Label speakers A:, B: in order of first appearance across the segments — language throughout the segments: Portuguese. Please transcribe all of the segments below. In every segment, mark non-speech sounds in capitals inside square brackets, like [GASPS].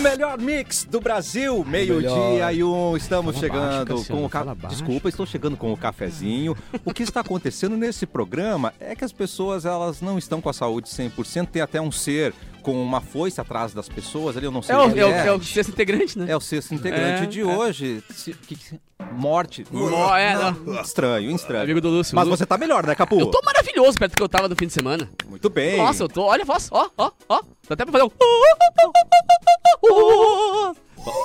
A: melhor mix do Brasil, meio-dia e um. Estamos chegando com o ca... Desculpa, estou chegando com o cafezinho. O que está acontecendo nesse programa é que as pessoas elas não estão com a saúde 100%, tem até um ser com uma foice atrás das pessoas ali, eu não sei
B: É o,
A: quem
B: é o- é o sexto integrante, né?
A: É o sexto integrante
B: É,
A: de
B: é.
A: hoje. Se- que- que- morte.
B: Ó, é, não.
A: Estranho, estranho.
B: Amigo do Lúcio.
A: Mas
B: Lu-
A: você tá melhor, né, Capu?
B: Eu tô maravilhoso perto do que eu tava no fim de semana.
A: Muito bem.
B: Nossa, eu tô. Olha a voz, ó, ó, ó. Dá até pra [LAUGHS] fazer um.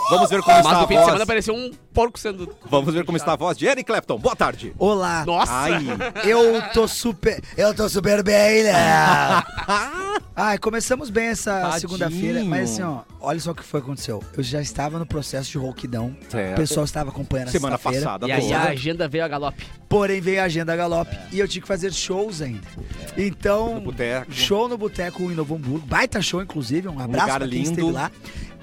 A: Vamos ver como
B: Mas
A: está a
B: no fim de semana
A: voz.
B: apareceu um porco sendo.
A: Vamos ver como está a voz de Eric Clapton. Boa tarde.
C: Olá,
B: Nossa!
A: Ai,
C: eu tô super. Eu tô super bem, né? Ai, começamos bem essa
A: Tadinho.
C: segunda-feira, mas assim, ó, olha só o que foi que aconteceu. Eu já estava no processo de rouquidão.
A: Certo.
C: O pessoal estava acompanhando a
A: semana passada.
B: E aí
A: boa.
B: a agenda veio a galope.
C: Porém, veio a agenda galope e eu tinha que fazer shows ainda. Então,
A: No um boteco.
C: show no Boteco em Novo Hamburgo. Baita show, inclusive. Um abraço
A: lugar
C: pra quem esteve
A: lindo.
C: lá.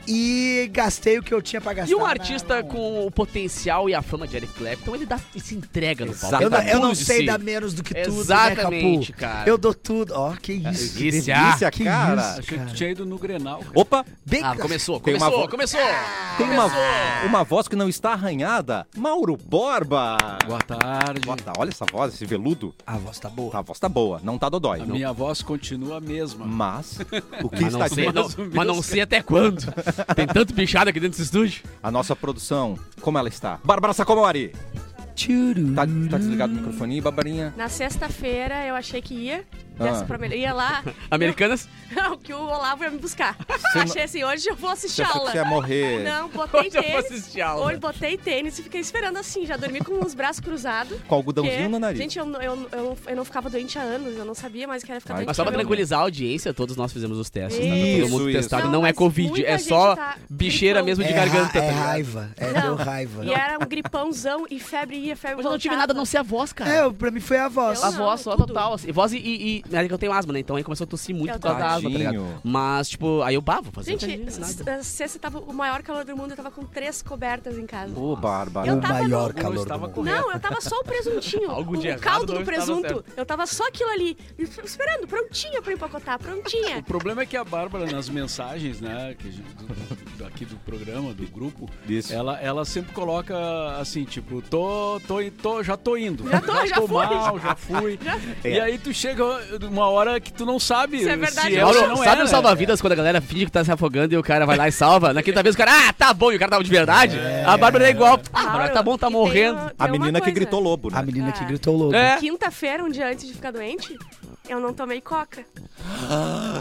C: E gastei o que eu tinha pra gastar.
B: E um
C: na-
B: artista com o potencial e a fama de Eric Clapton, ele dá e se entrega no palco.
A: Exato.
C: Eu,
B: Ele dá
C: não- eu não
B: tudo de
C: sei
B: si.
C: dar menos do que tudo, né,
B: Exatamente,
C: Capu?
B: cara.
C: Eu dou tudo. Ó, que isso. que
B: delícia.
A: Delícia,
C: Que
A: cara.
C: isso,
D: Achei que
C: cara.
D: tu tinha ido no Grenal.
A: Opa,
C: Bem-
B: Ah, começou,
A: Tem uma
B: começou,
A: vo-
B: começou.
A: tem uma, uma voz que não está arranhada. Mauro Borba.
D: Boa tarde.
A: Boa tarde. Olha essa voz, esse veludo.
C: A voz tá boa.
A: Tá, A voz tá boa, não tá dodói.
D: A
A: Não.
D: minha voz continua a mesma.
A: Mas o que
B: Mas
A: está
B: não, sei,
A: de
B: não, mas não sei até quando. Tem tanto bichado aqui dentro desse estúdio.
A: A nossa produção, como ela está? Bárbara Sacomori.
C: Tchuru.
A: Tá, tá desligado o microfone, Barbarinha?
E: Na sexta-feira eu achei que ia.
A: Ah.
E: Dessa pra Amélia- Ia lá. [LAUGHS]
B: Americanas,
E: Não, que o Olavo ia me buscar.
A: não-
E: achei assim, hoje eu vou
A: Você
E: assistir
A: achou que
E: aula.
A: você ia morrer?
E: Não, botei
B: hoje eu vou
E: tênis.
B: assistir aula.
E: Hoje botei tênis e fiquei esperando assim. Já dormi com os braços cruzados.
A: Com algodãozinho
E: porque,
A: no nariz.
E: Gente, eu, não- eu, eu, eu não ficava doente há anos. Eu não sabia mais que era ficar
A: Ai,
E: doente.
B: Mas só pra
E: Eu-
B: tranquilizar a audiência, todos nós fizemos os testes. Tá todo
A: Isso,
B: mundo
A: isso.
B: testado. Não,
E: Não,
B: é
E: mas
B: Covid,
E: muita
B: é
E: gente
B: só
E: tá
B: bicheira mesmo
E: gripão.
B: de
C: é, ra-
B: garganta.
C: É
B: tá ligado?
C: raiva. É,
E: Não.
C: deu raiva.
E: E era um gripãozão e febre ia, febre
B: Hoje eu não tive
E: voltava.
B: nada a não ser a voz, cara.
C: É, eu- pra mim foi a voz.
E: Eu
B: A
E: não,
B: voz só
E: tudo.
B: total, assim. Voz e. e, e- é que eu tenho asma, né? Então aí começou a tossir muito
E: Eu
B: por causa da asma, tá ligado?
A: Tadinho.
B: Mas, tipo, aí eu bavo, fazia.
E: Gente, s- s- sexta tava o maior calor do mundo. Eu tava com três cobertas em casa.
A: Ô, Bárbara.
E: Eu
C: o
E: tava
C: maior
E: no-
D: Eu
C: calor do
D: estava
C: mundo.
D: correndo.
E: Não, eu tava só o
B: [LAUGHS]
E: presuntinho.
B: Algo
E: o
B: de errado
E: caldo do
B: não estava
E: presunto.
B: certo.
E: Eu tava só aquilo ali, f- esperando, prontinha pra empacotar, prontinha.
B: [LAUGHS]
D: O problema é que a Bárbara, nas mensagens, né, que a gente- do- do- aqui do programa, do grupo,
A: Isso.
D: ela, ela sempre coloca assim, tipo, tô, tô, in- tô- já tô indo.
E: Já tô, já fui.
D: mal, já fui.
E: [LAUGHS]
D: E aí tu chega uma hora que tu não sabe
E: Se é verdade
D: se
E: ou
D: ou
E: não.
D: não
B: sabe
D: é,
B: o
D: né?
B: salva-vidas quando a galera finge que tá se afogando e o cara vai lá e salva? Na quinta vez o cara, ah, tá bom, e o cara tava de verdade. A Bárbara é igual. Ah, a Bárbara tá bom, tá
E: E tem
B: morrendo.
E: uma-
A: A
E: tem uma
A: menina que
E: coisa.
A: gritou lobo, né?
C: A menina que
E: Ah.
C: gritou louco.
B: É.
E: Quinta-feira, um dia antes de ficar doente, eu não tomei coca.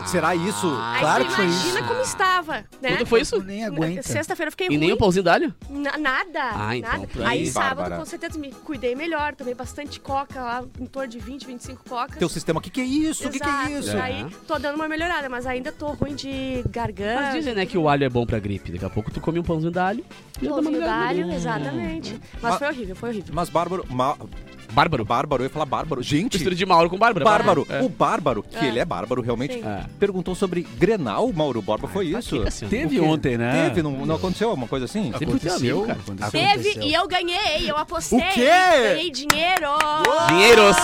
A: Será isso?
E: Aí
C: Claro
E: tu
C: que foi
E: imagina
C: isso.
E: como estava, né?
B: Quando foi isso?
C: Nem aguenta.
E: Sexta-feira eu fiquei
B: E nem o
E: ruim.
B: pauzinho da alho?
E: na- nada.
B: Ah, então,
E: nada.
B: por
E: Aí
B: aí.
E: sábado,
A: Bárbara.
E: com certeza, me cuidei melhor, tomei bastante coca lá, em torno de 20, 25 cocas.
A: Teu sistema, o que, que é isso? O que, que é
E: Exato,
A: isso?
E: Aí tô dando uma melhorada, mas ainda tô ruim de garganta.
B: Mas dizem, né, que o alho é bom pra gripe. Daqui a pouco tu come um pãozinho da É. alho. e já dá uma
E: Polvinho
B: melhorada.
E: d'alho, exatamente. Mas
A: Mas-
E: foi horrível, foi horrível.
A: Mas Bárbaro. Ma-
B: Bárbaro.
A: Bárbaro, eu ia falar Bárbaro. Gente,
B: Mistura de Mauro com Bárbara.
A: Bárbaro.
B: É.
A: O Bárbaro, que
E: É.
A: ele é Bárbaro realmente,
E: Sim.
B: É.
A: perguntou sobre Grenal, Mauro Borba. foi isso?
B: Aqui, assim, Cassiano,
D: Teve
B: o quê?
D: ontem, né?
A: Teve? Não, não aconteceu alguma coisa assim?
B: Sempre o teu amigo, cara.
E: Teve e eu ganhei, eu apostei.
A: O quê?
E: Ganhei dinheiro.
B: Ah! Dinheiros!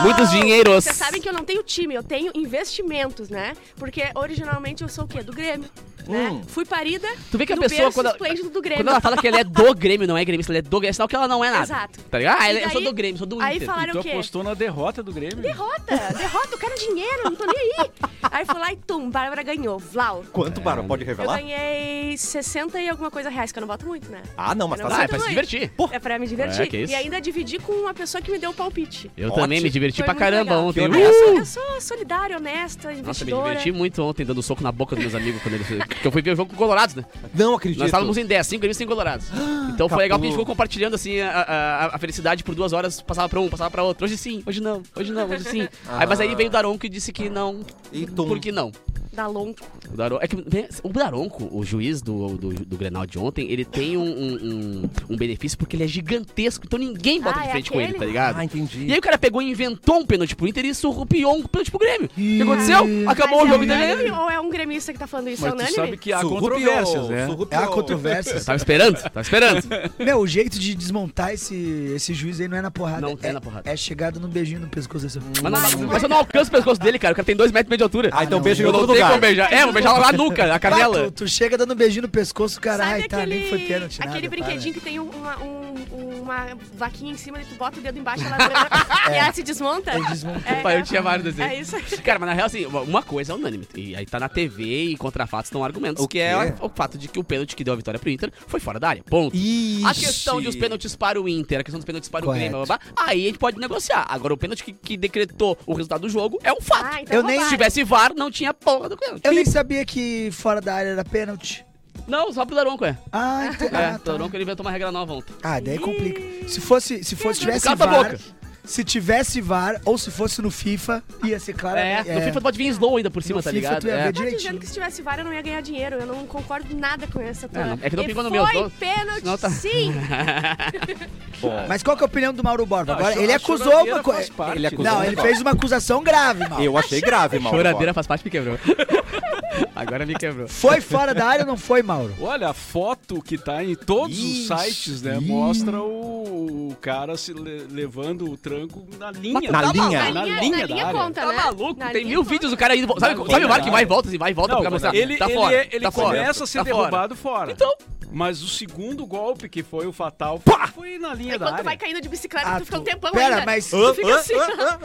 B: Muitos dinheiros!
E: Vocês sabem que eu não tenho time, eu tenho investimentos, né? Porque originalmente eu sou o quê? Do Grêmio. Né?
A: Hum.
E: Fui parida
B: Tu vê que a
E: no
B: pessoa,
E: berço
B: quando ela-
E: esplêndido do Grêmio.
B: Quando ela fala que ela é do Grêmio, não é gremista, ela é do Grêmio, é sinal que ela não é nada.
E: Exato.
B: Tá ligado? Ah,
E: E
B: ela- eu sou
E: daí-
B: do Grêmio, sou do
E: aí
B: Inter.
E: fala-
D: E tu
E: Falaram o quê?
D: apostou na derrota do Grêmio.
E: Derrota, derrota, eu quero dinheiro, não tô nem aí. Aí foi lá e tum, Bárbara ganhou. Vlau.
A: Quanto, Bárbara? Pode
E: Eu
A: revelar?
E: ganhei 60 e alguma coisa reais, que eu não boto muito, né?
A: Ah, não, mas
E: Eu
A: tá
E: não
B: Ah, é
A: certo.
B: pra se divertir.
E: É pra me divertir.
B: É, que isso.
E: E ainda dividi com uma pessoa que me deu o palpite.
B: Eu
A: Ótimo.
B: também me diverti
E: Foi
B: pra
E: muito
B: caramba
E: legal.
B: ontem.
E: Eu
B: Uh!
E: sou, eu sou solidária, honesta,
B: Nossa, me
E: investidora.
B: diverti muito ontem, dando soco na boca dos meus amigos quando eles. Porque eu fui ver o jogo com Colorados, né?
A: Não acredito.
B: Nós estávamos em 10, 5 gremistas e 5 [GASPS] Colorados. Então foi legal que a gente
A: Capu.
B: ficou compartilhando assim a, a- a felicidade por duas horas, passava pra um, passava pra outro. Hoje sim, hoje não, hoje não, hoje [LAUGHS] sim. Aí, mas aí veio o Daronco e disse que não.
A: E tum.
B: Por que não?
E: Da Lonco.
B: O Daronco, é que, né, o Daronco, o juiz do, do, do Grenal de ontem, ele tem um, um, um- um benefício porque ele é gigantesco, então ninguém bota
E: Ah,
B: de
E: é
B: frente com
E: aquele?
B: ele, tá ligado?
A: Ah,
B: E
A: entendi.
B: aí o cara pegou e inventou um pênalti pro Inter e surrupiou um pênalti pro Grêmio. O que aconteceu? Acabou o
E: Mas é
B: jogo do
E: unânime
B: Grêmio.
E: Ou é um gremista que tá falando isso?
D: Mas
E: é
D: tu
E: unânime?
D: sabe que há
A: Surrupiou,
D: controvérsias, né?
C: É a
A: surrupiou.
B: [LAUGHS]
C: controvérsia.
B: Tava esperando, tava esperando.
E: [LAUGHS]
C: Meu, o jeito de desmontar esse, esse juiz aí não é na porrada.
B: Não,
C: é,
B: é na porrada.
C: É chegado no beijinho no pescoço. Assim.
E: é.
B: Mas, não, mas eu não alcanço o pescoço dele, cara. O cara tem dois metros e meio de altura.
A: Ah, então beijo em
B: eu
A: outro
B: não tenho vão beijar. É, vão beijar lá na nuca, na
C: Ah,
B: canela.
C: tu, tu chega dando um beijinho no pescoço,
E: Sabe
C: caralho, tá,
E: aquele,
C: nem foi pênalti, nada,
E: aquele
C: para.
E: brinquedinho que tem um- uma, um- uma vaquinha em cima e tu bota o dedo embaixo ela,
C: [LAUGHS]
E: ela- e ela se desmonta?
C: É. Ele desmontou.
E: É,
B: Pai, eu tinha vários desenhos.
E: É isso aí.
B: Cara, mas na real, assim, uma coisa é unânime. E aí tá na TV e contra fatos estão argumentos.
A: O
B: que é
A: quê?
B: a- o fato de que o pênalti que deu a vitória pro Inter foi fora da área. Ponto. A questão de os pênaltis para o Inter, a questão dos pênaltis para
C: Correto.
B: o Grêmio, blá, blá, blá, aí a gente pode negociar. Agora, o pênalti que, que decretou o resultado do jogo é um fato.
E: Ah, então
C: Eu nem
E: vou
B: Se
E: lá.
B: tivesse VAR, não tinha porra do pênalti.
C: Eu nem sabia que fora da área era pênalti.
B: Não, só pro Daronco, é.
C: Ah, então.
B: É,
C: ah, tá.
B: Daronco ele inventou uma regra nova ontem.
C: Ah, daí complica. Se fosse, se fosse, tivesse
B: Cala a
C: VAR,
B: boca.
C: se tivesse VAR ou se fosse no FIFA, ia ser claro.
B: É, no FIFA tu pode vir slow ainda por cima,
C: No
B: tá
C: FIFA
B: ligado?
C: tu ia
B: É.
C: ver
E: Tá dizendo
C: direitinho.
E: que se tivesse vara eu não ia ganhar dinheiro. Eu não concordo nada com essa tua.
B: É, não- é que não
E: E
B: pingou no
E: foi
B: meu, tô- senão
E: pênalti,
B: tá-
E: sim.
A: Bom,
C: Mas qual que é a opinião do Mauro Borba?
D: Ah,
C: Agora,
D: cho-
C: ele
D: a
C: acusou
D: choradeira
C: uma
D: faz
C: coisa.
D: parte,
A: Ele
D: né?
A: acusou
C: Não, ele fez uma acusação grave, Mauro.
A: eu achei grave, Mauro.
B: Choradeira faz parte, me quebrou. Agora me quebrou.
C: Foi fora da área ou não foi, Mauro?
D: Olha, a foto que tá em todos
A: Ih,
D: os sites, né?
A: ih.
D: Mostra o, o cara se le- levando o tranco na linha.
A: Na
D: da-
A: linha.
E: Na
D: Na
E: linha,
D: linha
E: na
D: da
E: linha
D: área.
E: conta,
B: Tá
E: né?
B: maluco?
E: Na
B: Tem
E: linha
B: mil
E: conta.
B: vídeos do cara indo. Sabe,
D: Não,
B: sabe o VAR que
D: não.
B: vai e volta, assim, vai e volta
D: Não,
B: pra mostrar?
D: ele,
B: tá
D: ele-
B: fora.
D: ele
B: tá fora.
D: começa a ser
B: Tá fora.
D: derrubado fora.
B: Então,
D: Mas o segundo golpe, que foi o fatal, foi na linha
E: Aí
D: da
E: quando tu
D: área.
E: vai caindo de bicicleta,
C: Ah,
E: tu fica um
C: tu-
E: tempão
C: Pera,
E: ainda.
C: mas-
E: Tu fica assim.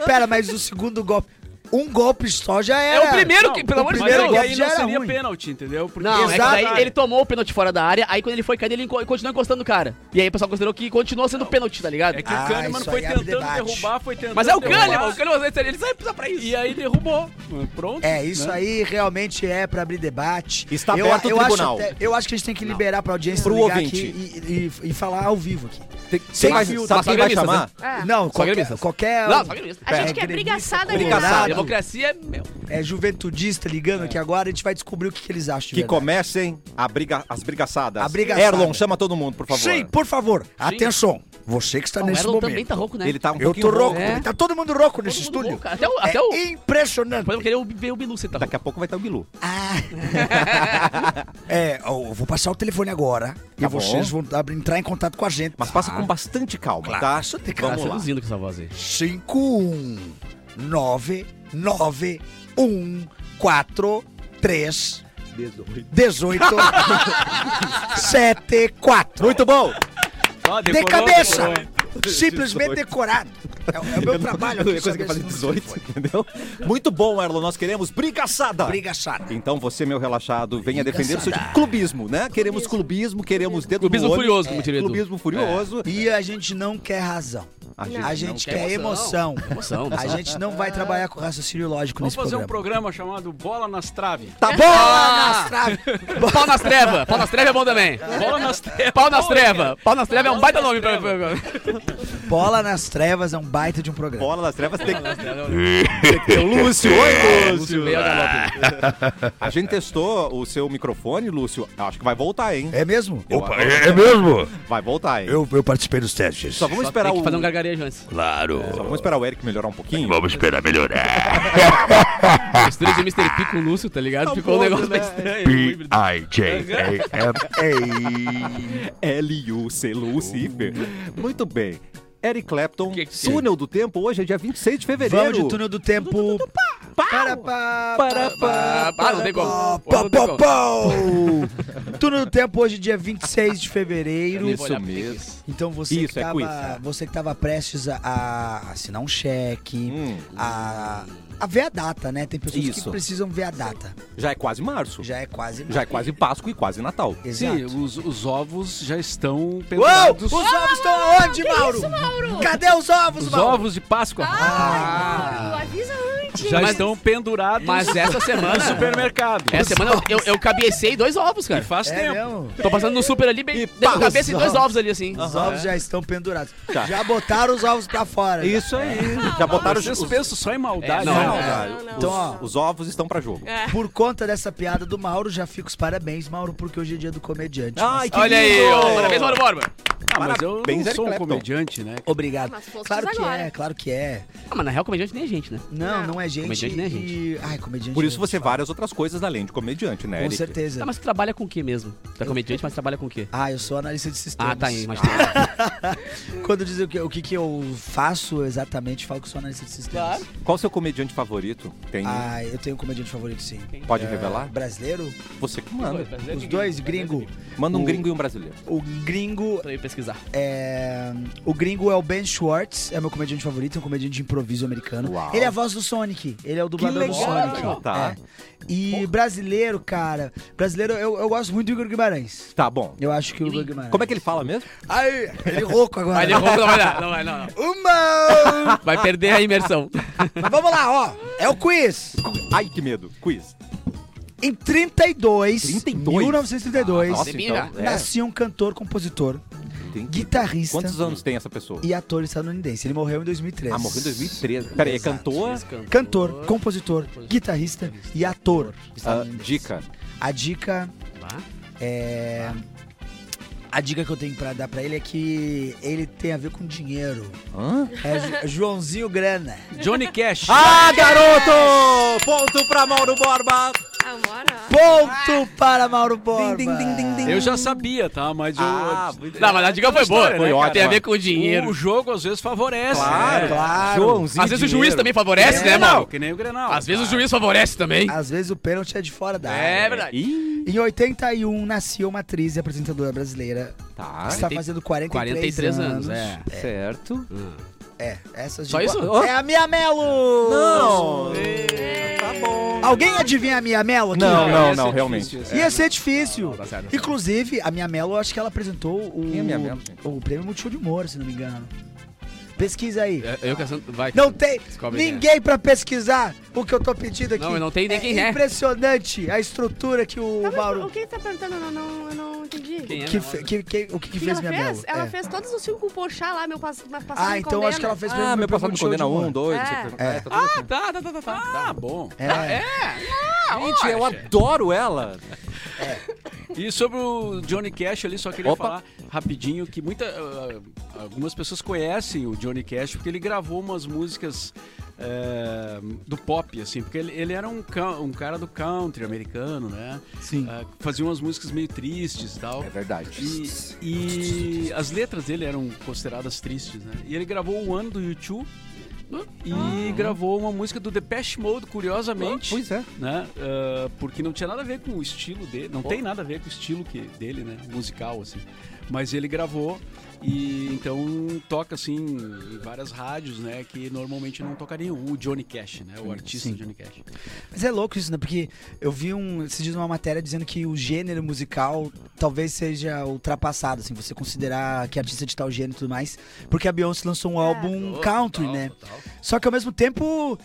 C: Pera, mas o segundo golpe. Um golpe só já
B: é
C: era.
B: o primeiro
D: Não,
B: que, pelo amor de
D: mas
C: primeiro
B: Deus.
D: aí-
C: golpe
D: aí
C: já
D: não
C: era
D: seria
C: ruim.
D: pênalti, entendeu? Porque tá-
B: Não, é que
C: Exato.
B: daí ele tomou o pênalti fora da área, aí quando ele foi cair, ele enco- continuou encostando o cara. E aí o pessoal considerou que continuou sendo pênalti, tá ligado?
D: É que
C: Ah,
D: o Kahneman
C: isso
D: foi
C: aí abre
D: tentando
C: debate.
D: derrubar, foi tentando
B: Mas é o
D: derrubar,
B: Kahneman, o Kahneman, ele- ele sabe usar pra isso.
D: E aí derrubou. Pronto.
C: É, isso
D: né?
C: aí realmente é pra abrir debate.
A: Está aberto o tribunal.
C: Acho até- eu acho que a gente tem que liberar pra audiência
A: Pro
C: ligar
A: ouvinte.
C: aqui e, e- e falar ao vivo aqui.
A: Tem, tem mais,
C: filtro. né?
A: sabe quem vai
B: Só
A: chamar?
E: Ah,
C: Não, qualquer...
B: gremistas.
C: qualquer
B: É. Não, só gremista.
E: A gente
C: É,
E: quer
C: gremista,
E: brigaçada ali.
A: colorado.
E: na-
B: A democracia é meu.
C: é juventudista ligando aqui agora, a gente vai descobrir o que, que eles acham. de
A: É. Que
C: verdade.
A: comecem a briga, as brigaçadas.
C: A brigaçada.
A: Erlon, chama todo mundo, por favor.
C: Sim, por favor. Atenção. Você que está
B: O
C: É nesse
B: Erlon também
C: momento.
B: tá rouco, né?
A: Ele tá um
C: Eu tô
A: pouquinho
C: rouco.
B: É.
C: Tá todo mundo rouco nesse
B: mundo
C: estúdio.
B: rouco. Até o-
C: É
B: até o-
C: impressionante.
B: Podemos querer o- ver o Bilu se tá rouco.
A: Daqui a pouco vai ter o Bilu.
C: Ah. [LAUGHS] é, ó, eu vou passar o telefone agora e
A: Tá bom.
C: vocês vão ab- entrar em contato com a gente.
A: Mas passa com bastante calma,
C: Ah, Claro.
A: tá?
C: Isso tem
B: Tá
A: Vamos lá.
B: seduzindo com essa voz aí.
C: 5199143
A: tá?
C: 18 74
A: Muito bom!
D: Ó,
C: de
D: decorou,
C: cabeça.
D: decorou, Tá, hein?
C: Simplesmente
A: 18.
C: decorado. É, o- é o meu trabalho.
A: [LAUGHS] É
C: aqui
A: coisa que
C: saber
A: faz
C: esse
A: 18,
C: número de
A: entendeu? Muito bom, Erlon. Nós queremos brigaçada.
C: telefone. Briga Sara.
A: Então você, meu relaxado, venha defender o seu
C: Brigaçada.
A: clubismo, né? Queremos clubismo, queremos dedo
B: Clubismo
A: no olho. É,
B: furioso, como diria Edu.
A: Clubismo furioso.
C: E a gente não quer razão.
A: A gente
C: A gente
B: quer
C: quer emoção.
B: Emoção,
C: A
B: emoção.
C: gente não vai trabalhar com raciocínio lógico
D: Vamos
C: nesse
D: fazer um
C: programa.
D: programa chamado Bola nas Trave.
A: Tá bom!
B: Ah! Pau nas trevas! Pau nas trevas é bom também!
D: Bola nas Trave.
B: Pau nas trevas! Pau nas trevas é um baita nome pra. pra- pra-
C: Bola nas Trevas é um baita de um programa.
A: Bola das trevas tem que [LAUGHS]
B: é
A: ter o Lúcio. Oi, Lúcio.
B: Veio a galope.
A: A gente testou o seu microfone, Lúcio. Acho que vai voltar, hein?
C: É mesmo?
A: Opa,
F: É, é mesmo?
A: Vai voltar, hein?
F: Eu, eu participei dos testes.
A: Só vamos
B: Só
A: esperar o.
B: tem que fazer um gargarejo antes.
F: Claro.
A: Só vamos esperar o Eric melhorar um pouquinho.
F: Vamos esperar melhorar.
B: Mistura de Mr. P com o Lúcio, tá ligado? Ficou um negócio meio
C: É
D: É,
B: estranho.
F: P-I-J-A-M-A.
A: L.U.C. Lucifer. Muito bem. Eric Clapton,
B: Que que é?
A: Túnel do Tempo, hoje é dia 26 de fevereiro.
C: Vamos de túnel do tempo. Para, pá,
A: Para, pá,
B: Ah, não tem como.
C: pá,
B: Não
C: pá,
B: tem
C: pá,
B: como. [LAUGHS]
C: pá. Túnel do tempo hoje, é dia 26 de fevereiro.
B: Eu vou olhar
A: Isso
B: pra
A: mesmo.
B: isso.
C: Então você
A: Isso,
C: que
A: é
C: tava,
A: quiz, é.
C: você que tava prestes a, a assinar um cheque,
A: Hum.
C: a, a ver a data, né? Tem pessoas
A: Isso.
C: que precisam ver a data.
A: Já é quase março. Já,
C: Já é quase.
A: é quase Páscoa e quase Natal.
C: Exato.
D: Sim, os, os ovos já estão
C: Uou!
D: pendurados.
C: Os ovos estão aonde, Mauro? Cadê os ovos,
D: Os
C: Mauro?
D: ovos de Páscoa
E: Ah, avisa antes.
D: já
B: Mas-
D: estão pendurados
B: Mas essa semana.
D: no supermercado.
B: Essa é semana eu, eu cabecei dois ovos, cara.
D: Faz
C: É
D: tempo.
C: mesmo?
B: Tô passando no super ali, bem.
A: E
B: Dei
A: pá,
B: na cabeça e
C: os
B: dois
C: ovos.
B: ovos ali assim.
C: Os ovos já estão pendurados. Já botaram os ovos pra fora. já.
A: Isso aí.
D: É.
A: Já botaram os,
D: Vocês
A: os,
D: pensam só em maldade.
B: É, não,
D: né?
B: não,
E: não, não.
A: os-
C: Então, ó. É.
A: os ovos estão pra jogo.
E: é.
C: Por conta dessa piada do Mauro, já fico os parabéns, Mauro, porque hoje é dia do comediante.
A: Ai, que
B: Olha aí,
A: lindo!
B: ó. Parabéns, Mauro Borba.
D: Ah, mas eu
A: Parabéns,
D: não
A: Eric
D: sou um
A: Clapton.
D: comediante, né?
C: Obrigado.
E: Mas fostes
C: Claro que
E: agora.
C: é, claro que é.
B: Ah, mas na real, comediante nem é gente, né?
C: Não, não,
E: Não,
C: é gente.
B: Comediante não é gente.
C: E... Ai, comediante.
A: Por isso
C: não é
A: você
C: gente.
A: várias outras coisas além de comediante, né,
C: Com
A: Eric?
C: certeza.
B: Tá, mas tu trabalha com o que mesmo? Tu é comediante, mas trabalha com o quê?
C: Ah, eu sou analista de sistemas.
B: Ah, tá aí, mas
C: [LAUGHS] Quando diz o que, o que, que eu faço exatamente, eu falo que sou analista de sistemas.
B: Claro.
A: Qual o seu comediante favorito? Tem.
C: Ah, eu tenho um comediante favorito, sim.
A: Pode
C: É,
A: revelar?
C: Brasileiro?
A: Você que manda.
B: tá.
C: Os dois, gringo.
A: Manda um
C: O-
A: gringo e um brasileiro.
C: O gringo
B: Pra eu pesquisar.
C: é. O gringo é o Ben Schwartz, é meu comediante favorito, é um comediante de improviso americano.
A: Uau.
C: Ele é a voz do Sonic, ele é o dublador do
B: legal.
C: Sonic.
A: Tá.
C: É. E brasileiro, cara. Brasileiro, eu, eu gosto muito do Igor Guimarães.
A: Tá bom.
C: Eu acho que o Igor Guimarães.
A: Como é que ele fala mesmo?
C: Ai, ele é rouco agora.
B: Vai, derruba, não vai dar, não vai, não, não.
C: [LAUGHS] Uma!
B: Vai perder a imersão.
C: Mas vamos lá, ó. É o quiz.
A: Ai, que medo. Quiz.
C: Em 32,
A: 32?
C: 1932,
A: Nossa,
B: Esse
A: então,
B: pinga.
A: é,
C: nascia um cantor, compositor,
A: tem que-
C: guitarrista
A: Quantos anos tem essa pessoa?
C: e ator estadunidense. Ele morreu em 2003.
A: Ah, morreu em 2013. Peraí, é
C: Exato.
A: cantor?
C: Cantor, compositor, guitarrista e ator.
A: Ah,
C: estadunidense.
A: dica.
C: A dica
B: Vá.
C: é. A dica que eu tenho pra dar pra ele é que ele tem a ver com dinheiro.
A: Hã?
C: É Jo- Joãozinho Grana.
B: Johnny Cash.
A: Ah, garoto! Ponto pra Mauro Borba!
E: Amora.
C: Ponto para Mauro Borba. É,
D: Eu já sabia, tá? Mas eu.
A: Ah, muito
B: Não, mas a dica foi boa.
A: História, né,
B: Foi
A: cara?
B: ótimo. Tem a ver com o dinheiro.
D: O jogo às vezes favorece.
A: Claro, claro.
D: né?
C: claro.
A: Joãozinho
B: Às vezes o
A: Dinheiro.
B: juiz também favorece,
D: É,
B: né,
D: não,
B: mano?
D: Que nem o Grenal. Tá.
B: Às vezes o
D: cara.
B: juiz favorece também.
C: Às vezes o pênalti é de fora da área.
B: É verdade.
A: Ih,
C: Em 81 nasceu uma atriz e apresentadora brasileira.
A: tá.
C: está
B: Ah, tem
C: fazendo 43,
B: 43 anos,
C: anos.
B: é.
A: Certo.
C: é. essas
B: Só
C: de-
B: isso?
C: É a Mia Mello!
A: Não! Tá bom.
C: Alguém adivinha a Mia Mello aqui?
A: Não,
D: ia
A: não,
D: ser
A: não,
D: difícil
A: realmente.
D: esse.
C: Ia ser difícil.
B: Não, tá certo, tá certo.
C: Inclusive, a Mia Mello, eu acho que ela apresentou o,
A: Quem é a Mia Mello, gente?
C: o prêmio Multishow de Humor, se não me engano. Pesquisa aí.
B: É, Eu caçando. Vai.
C: Não tem
B: Descobre quem é.
C: ninguém pra pesquisar o que eu tô pedindo aqui.
B: Não, não tem nem
C: é
B: quem é.
C: impressionante a estrutura que o
E: Tá, mas
C: Mauro...
E: O que ele tá perguntando? Eu não, não, eu não entendi.
B: Quem é?
C: que
B: não?
C: fe- que- que- o que, que
E: O que
C: fez
E: ela
C: Mia
E: fez?
C: Mello?
E: Ela
C: É.
E: fez todos os filmes com o Porchat lá, meu passado Mas
C: Ah, então acho que ela fez
A: Ah, meu passado me condena um, dois.
E: É.
A: não sei o que. É, tá tudo
B: Ah, tá, tá, tá, tá. tá.
D: Ah, bom.
C: É.
A: Gente, eu adoro ela.
D: E sobre o Johnny Cash ali, só queria
A: Opa.
D: falar rapidinho que muita, ah, algumas pessoas conhecem o Johnny Cash porque ele gravou umas músicas eh, do pop, assim, porque ele, ele era um, ca- um cara do country americano, né?
C: Sim.
D: Ah, fazia umas músicas meio tristes e tal.
A: É verdade.
D: E, e as letras dele eram consideradas tristes, né? E ele gravou o ano do YouTube
A: Ah.
D: e gravou uma música do Depeche Mode, curiosamente
A: Pois é.
D: né? Ah, porque não tinha nada a ver com o estilo dele, não tem nada a ver com o estilo que, dele, né? Musical, assim. Mas ele gravou e então toca assim em várias rádios, né? Que normalmente não tocariam o Johnny Cash, né? O artista
C: sim.
D: Johnny Cash.
C: Mas é louco isso, né? Porque eu vi um, se diz uma matéria dizendo que o gênero musical talvez seja ultrapassado, assim, você considerar que artista de tal gênero e tudo mais, porque a Beyoncé lançou um álbum country, né? Só que ao mesmo tempo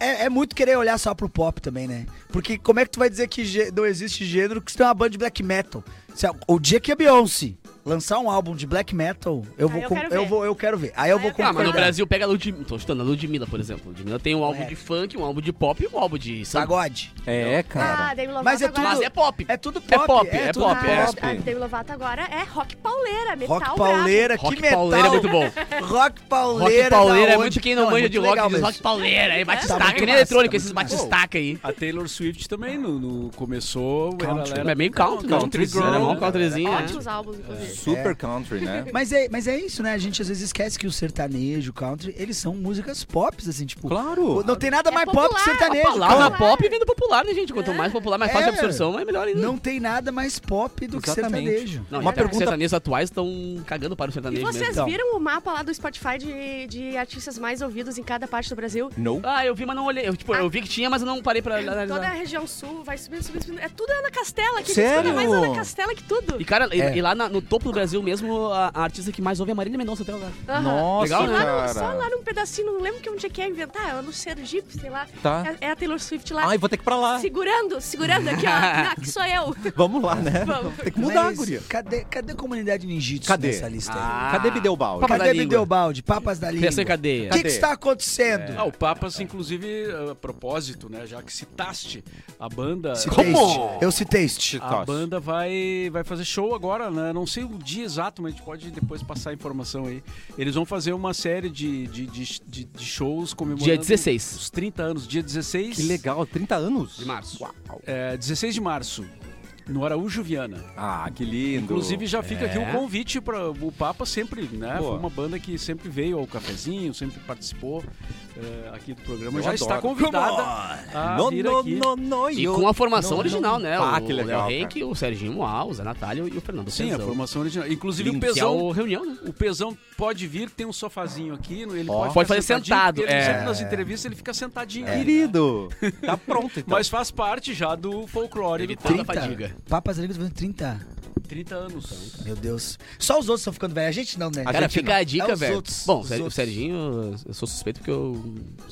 C: é, é muito querer olhar só pro pop também, né? Porque como é que tu vai dizer que gê- não existe gênero que você tem uma banda de black metal? Se a- o dia que a Beyoncé lançar um álbum de black metal, eu
E: Aí
C: vou
E: eu
C: com-
E: quero
C: eu
E: ver.
C: vou eu quero ver. Aí eu
E: Aí
C: vou
E: eu quero
B: Ah,
E: ver.
B: mas no
E: Verdade.
B: Brasil pega a Ludmilla. Tô estudando a Ludmilla, por exemplo. Ludmilla tem um álbum de
C: Correto.
B: funk, um álbum de pop e um álbum de samba.
C: Pagode.
A: É, cara.
E: Ah, Demi Lovato
C: Mas é
E: agora-
B: Mas é pop.
C: É tudo pop,
B: É pop, é
C: tudo
B: pop, é.
E: Ah, a Demi Lovato agora é rock pauleira, metal
C: Rock
E: brabo.
C: pauleira, que
B: Rock
C: metal.
B: pauleira é muito bom.
C: Rock pauleira.
B: Rock pauleira
C: da
B: é
C: onde?
B: muito quem não,
C: é
B: manja
C: muito
B: de rock,
C: legal
B: diz
C: mesmo.
B: rock pauleira, aí bate
C: Tá
B: estaca,
C: muito
B: que nem
C: massa,
B: eletrônico,
C: tá
B: esses
C: muito
B: bate
C: massa.
B: estaca aí.
D: A Taylor Swift também no, no- começou.
C: Country.
B: É meio country, né?
D: um country girl,
B: Era mó
D: né?
B: countryzinho, né?
E: Ótimos álbuns, inclusive.
A: Ah, Super country, né?
C: Mas é, mas é isso, né? A gente às vezes esquece que o sertanejo, o country, eles são músicas pop, assim, tipo.
A: Claro.
C: Não tem nada
E: É
C: mais pop que
E: popular.
C: sertanejo.
B: A palavra
C: cara.
B: pop vem do popular, né, gente? Quanto mais popular, mais fácil a
C: É.
B: absorção, é melhor ainda.
C: Não tem nada mais pop do que
A: Exatamente.
C: sertanejo.
B: Não,
A: Uma
B: uma pergunta...
A: pergunta-
B: Os sertanejos atuais estão cagando para o
E: E
B: sertanejo
E: vocês
B: mesmo.
C: Então.
E: viram o mapa lá do Spotify de, de artistas mais ouvidos em cada parte do Brasil?
A: No.
B: Ah, eu vi, mas não olhei. Eu, tipo, eu vi que tinha, mas eu não parei pra analisar.
E: Toda a região sul vai subindo, subindo, subindo. É tudo Ana Castela aqui.
A: Sério?
E: É mais Ana Castela que tudo.
B: E, cara, e-
C: É.
B: e lá na- no topo do Brasil mesmo, a, a artista que mais ouve é a Marília Mendonça até agora.
E: Aham.
A: Nossa,
E: E lá no-
A: cara.
E: só lá num pedacinho, não lembro que onde é que é inventar, é no Sergipe, sei lá.
A: Tá.
E: É, é a Taylor Swift lá.
A: Ai, vou ter que ir pra lá.
E: Segurando, segurando aqui, ó. Não, que sou eu.
A: Vamos lá, né? [LAUGHS]
E: Vamos.
A: Tem que mudar,
C: Mas
A: guria.
C: Cadê, cadê a comunidade ninjitsu
A: Cadê?
C: nessa lista aí?
A: Cadê Bideubal?
B: Ah, Papas da
C: cadê
B: língua.
C: Bideobaldi? Papas da língua.
B: Criação em cadeia. É.
C: O que, que
A: Cadê?
C: está acontecendo?
D: Ah, o Papas, inclusive, a propósito, né? Já que citaste a banda.
C: Citei-te. Eu citei-te.
B: Ah,
D: A banda vai, vai fazer show agora, né? Não sei o o dia exato, mas a gente pode depois passar a informação aí. Eles vão fazer uma série de, de, de, de- de shows comemorando
B: Dia 16
D: os 30 anos. Dia 16.
A: Que legal, 30 anos.
B: de março.
D: É, 16 de março, no Araújo Viana.
A: Ah, que lindo.
D: Inclusive já
B: É.
D: fica aqui o convite para o Papa sempre, né?
A: Boa.
D: Foi uma banda que sempre veio ao cafezinho, sempre participou é, aqui do programa.
A: Eu
D: já está
A: adoro.
D: convidada a
A: no,
D: vir
A: no,
D: aqui.
A: no, no,
B: E
A: eu-
B: com a formação
A: no,
B: original,
A: no.
B: né?
A: Ah,
B: o
A: que legal.
B: Léo
A: cara.
B: Henrique, o Serginho Moá, o Zé Natalio e o Fernando
D: Sim, a
B: Pezão.
D: formação original. Inclusive
A: Lindo.
D: o
B: Que é
D: Pezão,
B: o reunião, né?
D: o Pezão pode vir, tem um sofazinho aqui, ele
B: Ó.
D: pode,
B: Pode
D: ficar
B: fazer
D: sentadinho,
B: sentado,
D: porque Ele
B: é.
D: sempre nas entrevistas ele fica sentadinho. ali, né?
A: Querido, É. tá pronto então.
D: Mas faz parte já do folclore do
B: Evitando a
C: 30?
B: fadiga.
C: Papas Negras fazendo 30.
D: 30 anos.
C: Meu Deus. Só os outros estão ficando velhos. A gente não, né?
A: A
B: Cara,
A: gente
B: fica
A: não.
B: a dica,
C: É os
B: velho.
C: outros,
B: Bom,
C: os
B: Ser- o
C: outros.
B: Serginho, eu sou suspeito porque eu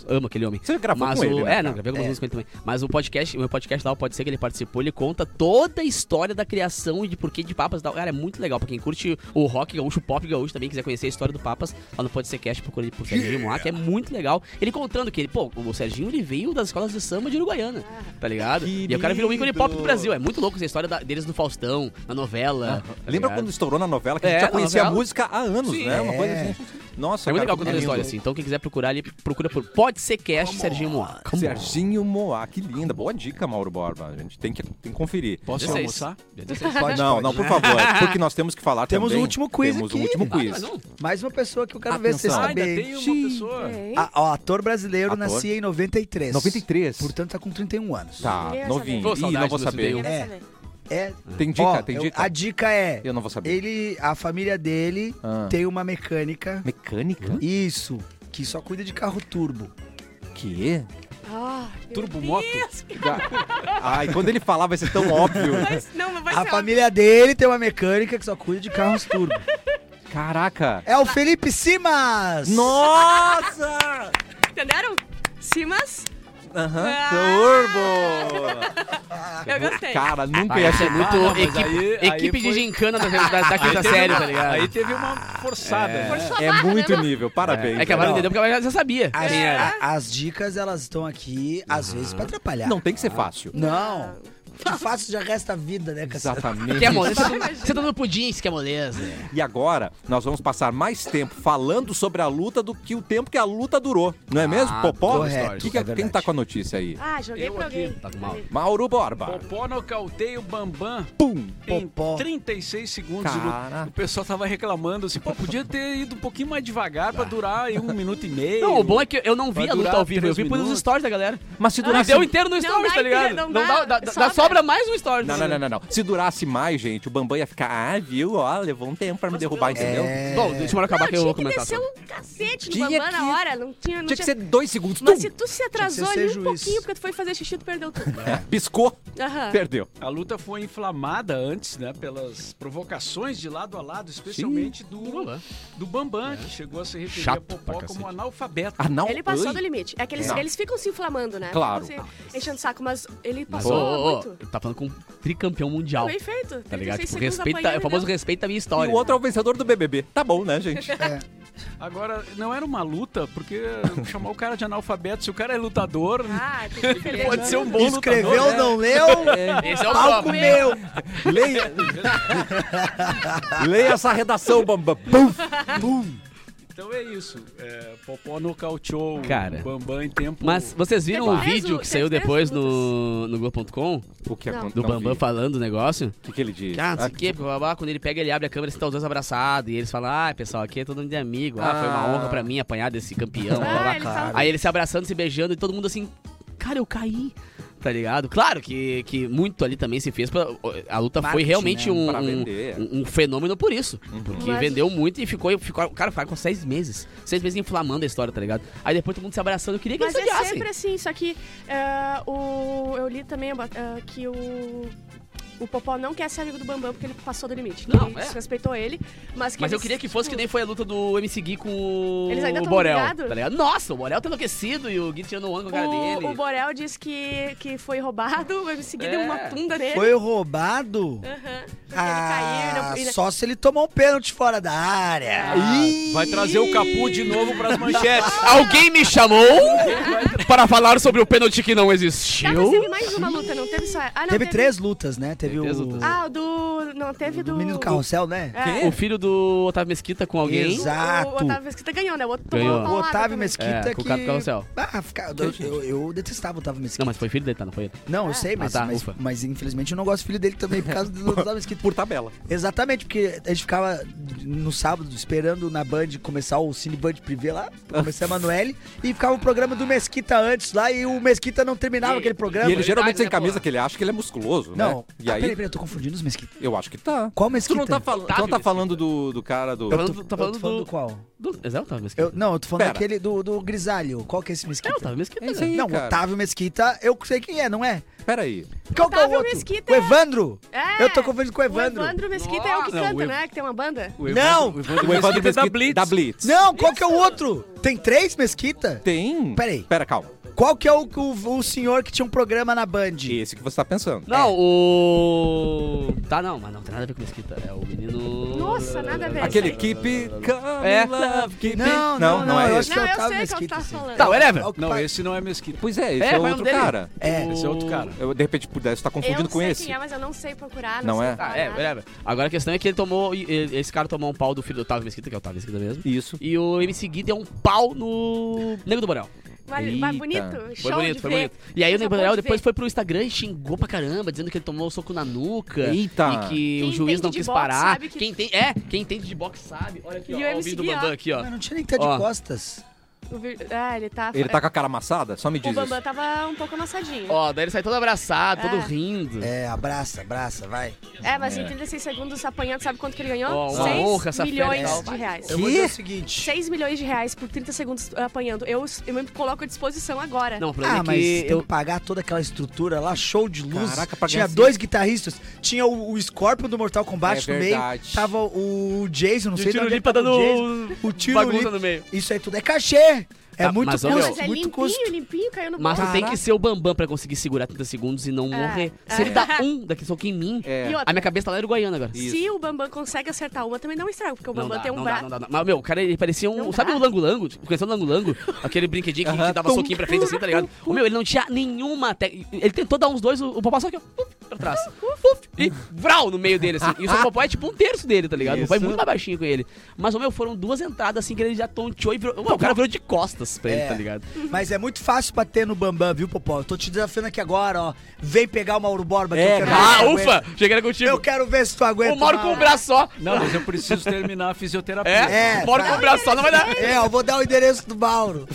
B: amo aquele homem.
A: Você gravou
B: Mas
A: com
B: o,
A: ele, né,
B: É, não,
A: cara?
B: gravei algumas
C: É.
B: músicas com ele também. Mas o podcast, o meu podcast lá, o pode ser que ele participou, ele conta toda a história da criação e de porquê de Papas e tal. Cara, é muito legal. Pra quem curte o rock gaúcho, o pop gaúcho também, quiser conhecer a história do Papas, lá no Pode Ser Cast, procura ele por
A: [LAUGHS]
B: Serginho Moá, que é muito legal. Ele contando que ele, pô, o Serginho, ele veio das escolas de samba de Uruguaiana, tá ligado? E o cara virou um ícone
A: Querido.
B: pop do Brasil. É muito louco essa história da- deles no Faustão, na novela. tá
A: Lembra
B: ligado?
A: quando estourou na novela que a
B: É,
A: gente já
B: na
A: conhecia a
B: novela.
A: música há anos,
B: Sim.
A: né? Uma coisa
C: É.
A: assim. Nossa,
B: É
A: cara,
B: muito
A: que
B: legal contando a
A: lindo.
B: história, assim. Então, quem quiser procurar ali, procura por Pode Ser Cast, Serginho Moá. Come on.
A: Serginho Moá, que linda. Boa dica, Mauro Borba. A gente tem que, tem que conferir.
D: Posso
B: 16.
D: almoçar?
B: Dia 16.
A: não, não, por favor.
B: [LAUGHS]
A: Porque nós temos que falar
C: Temos
A: também.
C: o último quiz
A: Temos o
C: aqui.
A: último
B: Ah,
A: quiz.
B: não, não.
C: Mais uma pessoa que eu quero ver se vocês
A: Atenção.
D: Ah,
C: sabem.
D: ainda tem
C: hein?
D: uma
C: Xiii.
D: pessoa.
E: Tem.
C: Ah, ó, ator brasileiro
A: Ator.
C: nascia em 93.
A: 93.
C: Portanto, tá com 31 anos.
A: Tá,
E: Queria
A: novinho.
B: saber. Pô,
A: Ih, não
B: saudades
A: vou
B: do
A: saber.
B: Cideu.
E: Queria
C: É.
E: saber.
C: É.
A: Tem dica,
C: Ó,
A: Ah, tem
C: eu-
A: dica?
C: a dica é:
A: Eu não vou saber.
C: ele, a família dele
A: Ah.
C: tem uma mecânica.
A: Mecânica?
C: Isso. Que só cuida de carro turbo.
A: Que?
E: Ah, meu
D: Turbo
E: Deus.
D: Moto?
A: Ai, quando ele falar vai ser tão óbvio.
E: Mas não, mas vai
D: é
C: A
E: ser
C: família dele tem uma mecânica que só cuida de carros
D: [LAUGHS]
C: turbo.
A: Caraca.
C: É o Felipe Simas!
A: Nossa!
E: óbvio. Entenderam? Simas,
A: Aham, turbo!
E: eu gostei.
A: Cara, nunca
B: Vai
A: ia
B: ser
A: ser
B: muito
D: não, mas
B: equipe,
D: aí- aí
B: equipe de
D: foi-
B: gincana da, da, da quinta série, tá ligado?
D: Aí teve uma forçada. né?
A: É muito nível, parabéns.
B: é que a Mara
A: Não,
B: entendeu porque ela já sabia.
C: As,
D: É?
B: Quem era.
C: a- as dicas, elas estão aqui, às vezes, pra atrapalhar.
A: Não tem que ser fácil.
C: Não. Ah, Que fácil já resta a vida, né, Cassiano?
A: Exatamente.
B: Que é moleza. Você tá- Você tá dando pudim, isso que é moleza.
A: E agora, nós vamos passar mais tempo falando sobre a luta do que o tempo que a luta durou. Não é mesmo, Popó?
C: correto,
A: Que que-
C: é
A: quem
C: verdade.
A: tá com a notícia aí?
E: Ah, joguei
D: Eu
E: pra
D: aqui.
E: alguém.
B: Tá com mal.
A: Mauro Borba.
D: Popó nocauteia o Bambam
A: Pum!
D: em
C: Popó.
D: 36 segundos.
A: Cara.
D: O pessoal tava reclamando assim, pô, podia ter ido um pouquinho mais devagar pra durar aí um minuto e meio.
B: Não, o bom é que eu não
D: Vai
B: vi a luta
D: durar
B: ao vivo, eu
D: três
B: vi pelos
D: minutos.
B: stories da galera.
A: Mas se
B: Mas
A: durasse...
B: Ah, deu inteiro no
E: Não
B: stories,
E: dá
B: tá ligado?
E: inteiro, não
B: Não
E: dá,
B: dá, dá- dá-
E: sobra.
B: sobra mais um stories.
A: Não, não, não, não, não. Se durasse mais, gente, o Bambam ia ficar, ah, viu? Ó, levou um tempo pra me derrubar, entendeu?
B: Bom, deixa eu acabar
E: Não,
B: que eu
E: tinha
B: vou
E: que
B: comentar.
E: descer
B: só.
E: um cacete no
A: Tinha
E: Bambam
A: que-
E: na hora. Não tinha, não
A: Tinha que ser dois segundos.
E: Mas
A: Tum!
E: se tu se atrasou
C: ser
E: ali um
C: juiz.
E: pouquinho, porque tu foi fazer xixi, tu
B: [LAUGHS]
E: perdeu tudo.
A: É. Piscou,
E: Aham.
A: perdeu.
D: A luta foi inflamada antes, né, pelas provocações de lado a lado, especialmente do,
B: Vamos lá. É.
D: do Bambam, que chegou a se referir
B: Chato
D: a Popó
B: pra
D: como
B: cacete.
D: analfabeto.
A: Anal...
E: Ele passou
A: Ai.
E: do limite. É que eles,
A: Não.
E: eles ficam se inflamando, né?
A: Claro.
E: Ficam se enchendo o saco, mas ele
B: Mas,
E: passou
B: ô, ô,
E: muito.
B: tá falando com um tricampeão mundial.
E: Bem feito.
B: Tá ligado?
E: 36
B: Tipo,
E: segundos
B: respeita,
E: apanhando, né?
B: é o famoso
E: entendeu?
B: respeito da minha
A: E
B: história.
A: o outro é o vencedor do BBB. Tá bom, né,
E: [LAUGHS]
A: gente?
D: Agora, não era uma luta,
B: [LAUGHS]
D: porque chamar o cara de analfabeto, se o cara é lutador,
E: Ah,
B: [LAUGHS]
E: tem que perder.
D: pode ser um bom lutador.
C: [LAUGHS] Escreveu, não leu? [LAUGHS]
B: Esse é o
C: Palco
B: palco.
C: meu!
A: Leia... Leia essa redação, Bambam. Pum!
D: Então é isso. É, Popó nocauteou
B: Cara.
D: o Bambam em tempo.
B: Mas vocês viram
E: Tipo, Tem
B: o
E: três
B: vídeo
E: lu-
B: que
E: tem
B: saiu
E: três
B: depois no, no Globo.com
A: O que
E: Não.
A: aconteceu?
B: do Bambam falando o negócio?
A: O que, que ele diz?
B: Que, ah, não sei o que, blá, blá, blá. quando ele pega, ele abre a câmera, assim, tá os dois abraçados. E eles falam, ah, pessoal, aqui é todo mundo de amigo. Ah, foi uma
A: Ah.
B: honra pra mim apanhar desse campeão.
A: [LAUGHS]
B: blá, blá, blá.
E: Ah, ele tava...
B: Aí eles se abraçando, se beijando e todo mundo assim, cara, eu caí. Tá ligado? Claro que, que muito ali também se fez. Pra, a luta foi
C: Marketing,
B: realmente
C: né?
B: um,
A: Pra
B: um-
A: vender. Uhum.
B: um- um fenômeno por isso. Porque
E: Mas-
B: vendeu muito e ficou, ficou. Cara, ficaram com seis meses. Seis meses inflamando a história, tá ligado? Aí depois todo mundo se abraçando. Eu queria que
E: Mas
B: eles
E: é
B: odiassem.
E: sempre assim, só que eh, o, eu li também eh, que o, o Popó não quer ser amigo do Bambam porque ele passou do limite.
B: Não,
E: ele
B: é.
E: desrespeitou ele, mas que
B: Mas eu
E: eles,
B: queria que fosse que
E: tipo,
B: nem foi a luta do MC Gui com
E: Eles ainda
B: o
E: tão
B: Borel.
E: brigados?
B: Tá ligado? Nossa, o Borel tá enlouquecido e o Gui tirando o ano com a cara dele.
E: O, o Borel disse que, que foi roubado, o MC Gui deu
B: É.
E: uma tunda nele.
C: Foi roubado?
E: Aham, porque ele caiu.
C: Ah,
E: e não- e não-
C: só se ele Ah, tomar um pênalti fora da área.
D: Ah, Vai trazer o Capu de novo pras manchetes.
E: tá
B: Alguém me chamou?
D: Vai tra-
B: para falar sobre o pênalti que não
E: Tá, mas teve
B: existiu.
E: mais uma luta, não teve só. Ah, não,
C: Teve três lutas, né? Teve,
B: Teve três
C: o.
B: lutas.
E: Ah, o do. Não, teve do.
C: o menino do carrossel, né?
E: É,
B: O filho do Otávio Mesquita com alguém.
C: Exato.
E: O Otávio Mesquita ganhou, né? O outro
B: Ganhou.
E: tomou uma
C: O
E: paulada
C: Otávio
E: também.
C: Mesquita
B: É, com o
C: que...
B: cara do carrossel.
C: Ah, fica- eu, eu, eu detestava o Otávio Mesquita.
B: Não, mas foi filho dele, tá? Não foi ele.
C: Não, eu sei, mas,
B: Ah, tá,
C: mas,
B: ufa.
C: mas infelizmente eu não gosto do filho dele também por causa
A: [LAUGHS]
C: do Otávio Mesquita.
A: Por tabela.
C: Exatamente, porque a gente ficava no sábado esperando na Band começar o Cine Band Privé lá,
A: Ah.
C: começar a Manoel, e ficava o programa do Mesquita antes lá e o Mesquita não terminava aquele programa.
A: E ele geralmente sem
B: né,
A: camisa,
B: porra?
A: que ele acha que ele é musculoso, né?
C: Não,
A: E
C: ah,
A: aí,
C: peraí, peraí, eu tô confundindo os Mesquita.
A: eu acho que tá.
C: Qual
A: Tu
C: Mesquita?
A: não tá, fal... tu não tá
B: Otávio
A: falando do, do cara do...
B: Eu
C: Eu
B: tô-
C: tô,
B: tô
C: eu tô
B: falando
C: falando,
B: do-
C: qual?
B: Do... É o Otávio Mesquita?
C: Eu, não, eu tô falando
A: Pera.
C: daquele do, do Grisalho. Qual que é esse
B: É o
C: Mesquita?
B: Otávio Mesquita.
A: É isso
B: né?
A: aí.
C: não,
A: cara.
C: Otávio Mesquita, eu sei quem é, não é?
A: Peraí.
C: Qual que é o
E: Otávio
C: outro?
E: Mesquita
C: O
E: é-
C: Evandro?
E: É.
C: Eu tô confundindo com o Evandro.
E: O Evandro Mesquita é o que
D: Não,
E: canta,
D: o Ev-
E: né? Que tem uma banda.
D: O
C: Não!
D: O Evandro,
A: O Evandro
D: Mesquita é da
A: Mesquita-
D: Blitz.
A: Da Blitz.
C: Não, qual que é o outro? Tem três Mesquita?
A: Tem...
C: Peraí.
A: Pera, calma.
C: Qual que é o, o, o senhor que tinha um programa na Band?
A: Esse que você tá pensando.
B: Não, o. Tá, não, mas não tem nada a ver com Mesquita. É o menino.
E: Nossa, nada a ver.
A: Aquele Keep Come
B: É.
A: Love, Keep
C: Não,
A: It-
C: não, não,
A: é
C: eu
A: esse.
C: acho que
E: Não, eu
C: Otávio
E: sei qual que
C: Mesquita,
E: tá
C: sim.
E: falando.
B: Tá, whatever.
C: Qual que
D: Não,
C: pa-
D: esse não é Mesquita.
A: Pois é, esse
B: É,
A: é,
B: qual é o nome
A: outro
B: dele?
A: cara.
C: É.
D: Esse é outro cara.
A: Eu, de repente, pudesse estar
E: Eu
A: confundindo com
E: sei
A: esse.
E: quem é, mas eu não sei procurar.
A: Não
E: sei
A: é?
E: falar
B: Ah, é,
E: nada.
B: whatever. Agora a questão é que ele tomou. e- e- Esse cara tomou um pau do filho do Otávio Mesquita, que é o Otávio Mesquita mesmo.
A: Isso.
B: E o MC Gui deu um pau no. Nego do Borel.
E: Vale- vai
A: Eita.
E: bonito.
B: Foi
E: show
B: bonito,
E: de
B: foi
E: ver.
B: bonito. E aí o
E: Coisa
B: Nego
E: boa
B: Borel
E: de
B: depois
E: ver.
B: foi pro Instagram e xingou pra caramba, dizendo que ele tomou um soco na nuca.
A: Eita.
B: E que o
E: Quem
B: juiz
E: entende
B: não
E: de
B: quis
E: boxe
B: parar.
E: sabe que-
B: Quem tem, é, quem entende de boxe sabe. Olha aqui,
E: E
B: ó,
E: o
B: ó. O
E: MC
B: vídeo do
E: Gui, ó.
B: Bambam aqui, ó.
C: Mas não tinha nem que tá de
B: Ó.
C: costas.
E: O vir- Ah, ele tá.
A: Ele
B: É.
A: tá com a cara amassada? Só me
E: O
A: diz isso.
E: Bambam tava um pouco amassadinho.
B: Ó, daí ele sai todo abraçado, todo
E: É.
B: rindo.
C: É, abraça, abraça, vai.
E: É, mas em 36 segundos apanhando, sabe quanto que ele
B: Ó,
E: ganhou?
B: uma
E: 6
B: honra essa fera e
E: milhões
B: tal.
E: de reais.
C: Eu vou dizer o seguinte.
E: 6 milhões de reais por 30 segundos apanhando. Eu, eu me coloco à disposição agora.
B: Não, o problema
C: Ah,
B: é
C: mas
B: que
C: tem
B: eu.
C: que pagar toda aquela estrutura lá, show de luz.
A: Caraca, pra
C: tinha
A: ganhar
C: dois guitarristas, tinha o, o Scorpion do Mortal Kombat
A: É
C: no meio,
A: verdade.
C: tava o Jason, não
B: E o
C: sei
B: Tiro
C: de onde
B: Lipa
C: tava
B: dando
C: o Jason, o tiro
B: bagunça
C: Lipa.
B: no meio.
C: Isso aí tudo é cachê. É
B: Tá,
C: muito
B: mas, ô,
C: custo,
E: Não,
B: meu,
E: mas é
C: muito
E: limpinho,
C: custo.
E: limpinho, caiu no
B: Mas
E: bolso.
B: tu tem que ser o Bambam pra conseguir segurar 30 segundos e não
E: É.
B: morrer. Se
E: [LAUGHS]
B: ele dá um daqui só que em mim,
A: É.
E: E outra,
B: a minha cabeça tá lá em Uruguaiana agora.
A: Isso.
E: se o Bambam consegue acertar uma, também não estraga, porque o
B: Não
E: Bambam
B: dá,
E: tem um
B: não dá, não
E: braço.
B: dá, não dá. Mas, meu, o cara, ele parecia um.
E: Não
B: sabe
E: dá.
B: o Lango-Lango? Conheceu o Lango-Lango? [LAUGHS] Aquele brinquedinho que, que
A: Aham.
B: dava soquinho pra frente assim, tá ligado? O meu, ele não tinha nenhuma técnica. Ele tentou dar uns dois, o, o Popó só aqui, ó, puf, pra trás. Puf, e vral no meio dele, assim. E o seu Popó é tipo um terço dele, tá ligado? O Popó é
A: Isso.
B: muito mais baixinho com ele. Mas, o meu, foram duas entradas assim que ele já tonteou e virou. Meu, o cara virou de costas pra ele,
C: É.
B: tá ligado?
C: Mas é muito fácil bater no Bambam, viu, Popó? Eu tô te desafiando aqui agora, ó. Vem pegar o Mauro Borba que
A: É,
C: eu quero ver se
B: Ah,
C: tu
B: ufa!
C: aguenta.
B: Chegaram contigo.
C: Eu quero ver se tu aguenta.
B: O Mauro com o
C: Mauro.
B: braço só.
D: Não, mas eu preciso terminar a fisioterapia.
B: É?
C: É,
B: Bora
C: tá.
B: com o braço só, não vai dar.
C: É, eu vou dar o endereço do Mauro.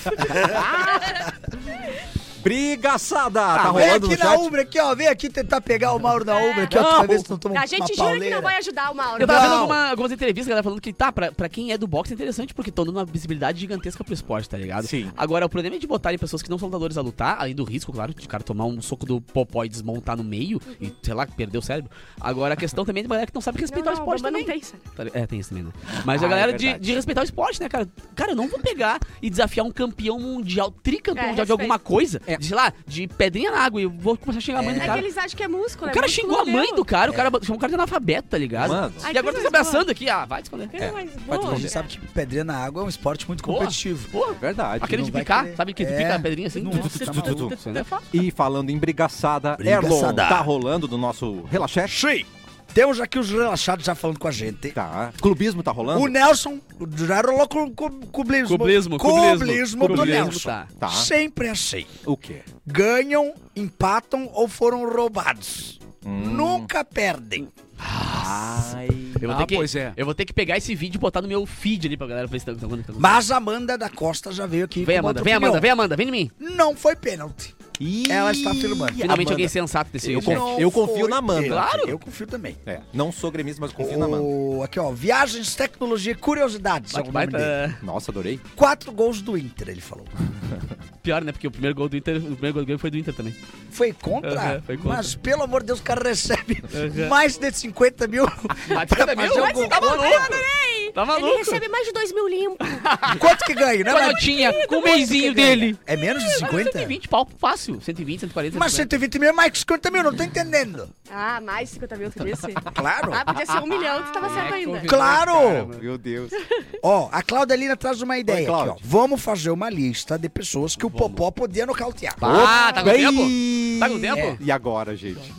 A: Brigaçada! [LAUGHS]
B: Ah,
A: tá
B: é
C: vem
A: rolando
C: aqui
A: no
C: na
A: chat?
C: Umbra aqui, ó. Vem aqui tentar pegar o Mauro na Umbra aqui, ó. Tu
A: Não.
C: vai ver se não toma
E: É. A gente
C: uma
E: jura que
C: pauleira.
E: não vai ajudar o Mauro.
B: Eu tava vendo
C: Não.
B: alguma- algumas entrevistas, galera, falando que tá, pra, pra quem é do boxe é interessante, porque estão dando uma visibilidade gigantesca pro esporte, tá ligado?
A: Sim.
B: Agora, o problema é de botarem pessoas que não são lutadores a lutar, além do risco, claro, de o cara tomar um soco do popó e desmontar no meio, e sei lá, perder o cérebro. Agora, a questão também é de galera que não sabe
E: Não,
B: respeitar
E: não,
B: o
E: o
B: esporte
E: Bambam não
B: também.
E: pensa.
B: Tá li- É, tem isso também, né? Mas
A: Ah,
B: a galera
A: é
B: de,
A: verdade.
B: de respeitar o esporte, né, cara? Cara, eu não vou pegar e desafiar um campeão mundial, tricampeão
E: É,
B: mundial de
E: respeito.
B: alguma coisa,
A: É.
B: de, sei lá, de pedrinha na água, e eu vou começar a xingar a mãe do
E: É que
B: cara.
E: eles acham que é músculo.
B: O
E: é
B: cara
E: músculo
B: xingou a
E: meu.
B: mãe do cara, o cara chamou o cara de analfabeto, tá ligado?
A: Mano.
E: Ai,
B: e
E: que
B: agora tá se
E: coisa boa.
B: abraçando aqui, ah, vai um te esconder.
E: Que é mais boa,
C: A gente
E: cara.
C: sabe que pedreira na água é um esporte muito
B: Boa.
C: competitivo.
B: Pô,
A: Verdade.
B: aquele
C: não
B: de
C: vai
B: picar,
C: querer.
B: sabe? Que tu
C: É.
B: pica a pedrinha assim.
C: Não,
B: tu- tu- tu-
C: tá
B: tu-
C: maluco.
B: tu- tu-
A: E falando em brigaçada, Erlon,
C: Brigaçada.
A: tá rolando do nosso relaxete?
F: Sim.
C: Temos aqui os relaxados já falando com a gente.
A: Tá. Clubismo tá rolando?
C: O Nelson já rolou com o cublismo.
B: Cublismo,
C: Cublismo do
B: cublismo,
C: Nelson.
B: tá.
A: Tá.
C: Sempre assim.
A: O quê?
C: Ganham, empatam ou foram roubados. Nunca perdem.
A: Ai.
B: Eu vou,
D: Ah,
B: ter que,
D: pois é.
B: eu vou ter que pegar esse vídeo e botar no meu feed ali pra galera ver se tá tá- tá- tá- tá-
C: Mas Amanda da Costa já veio aqui.
B: Vem,
C: com
B: Amanda,
C: outra
B: vem, Amanda,
C: opinião.
B: vem, Amanda, vem em mim.
C: Não foi pênalti. Ela está afirmando.
B: Finalmente
C: Amanda.
B: alguém sensato desse
A: Eu
B: vídeo.
A: confio.
C: Não
A: confio
C: foi
A: na Amanda.
C: pênalti.
B: Claro.
C: Eu confio também.
A: É, não sou gremista, mas confio na mão.
C: O- Aqui, ó. Viagens, tecnologia e curiosidades. é
B: Mas
C: o
B: que
C: nome dele.
B: baita-
A: Nossa, adorei.
C: Quatro gols do Inter, ele falou.
B: Pior, né? Porque o primeiro gol do Inter, o primeiro gol do Grêmio foi do Inter também.
C: Foi contra?
B: Aham, foi contra.
C: Mas, pelo amor de Deus, o cara recebe mais de 50 mil.
B: Mas 50
C: fazer
B: mil?
C: um
B: Mas
C: gol
B: você tá
C: contra.
B: maluco?
E: Adorei!
B: Tá maluco?
E: Ele recebe mais de 2 mil limpos.
C: Quanto que ganha, né?
B: Com a
C: Mas-
B: notinha, com o meizinho dele.
C: É menos de 50?
B: 120 pau, fácil. 120, 140,
C: Mas 120 mil é mais que 50 mil, não tô entendendo.
E: Ah, mais 50 mil, tu
B: [LAUGHS]
E: disse?
C: Claro.
E: [LAUGHS] Ah, podia ser um milhão, tu tava
B: É
E: certo ainda.
C: Claro!
A: Meu Deus.
C: Ó, a Claudelina traz uma ideia aqui,
A: Cláudia.
C: ó. Vamos fazer uma lista de pessoas que o Popó podia nocautear.
B: Ah, tá com
A: Bem-
B: tempo? Tá com
A: É.
B: tempo?
A: E agora, gente?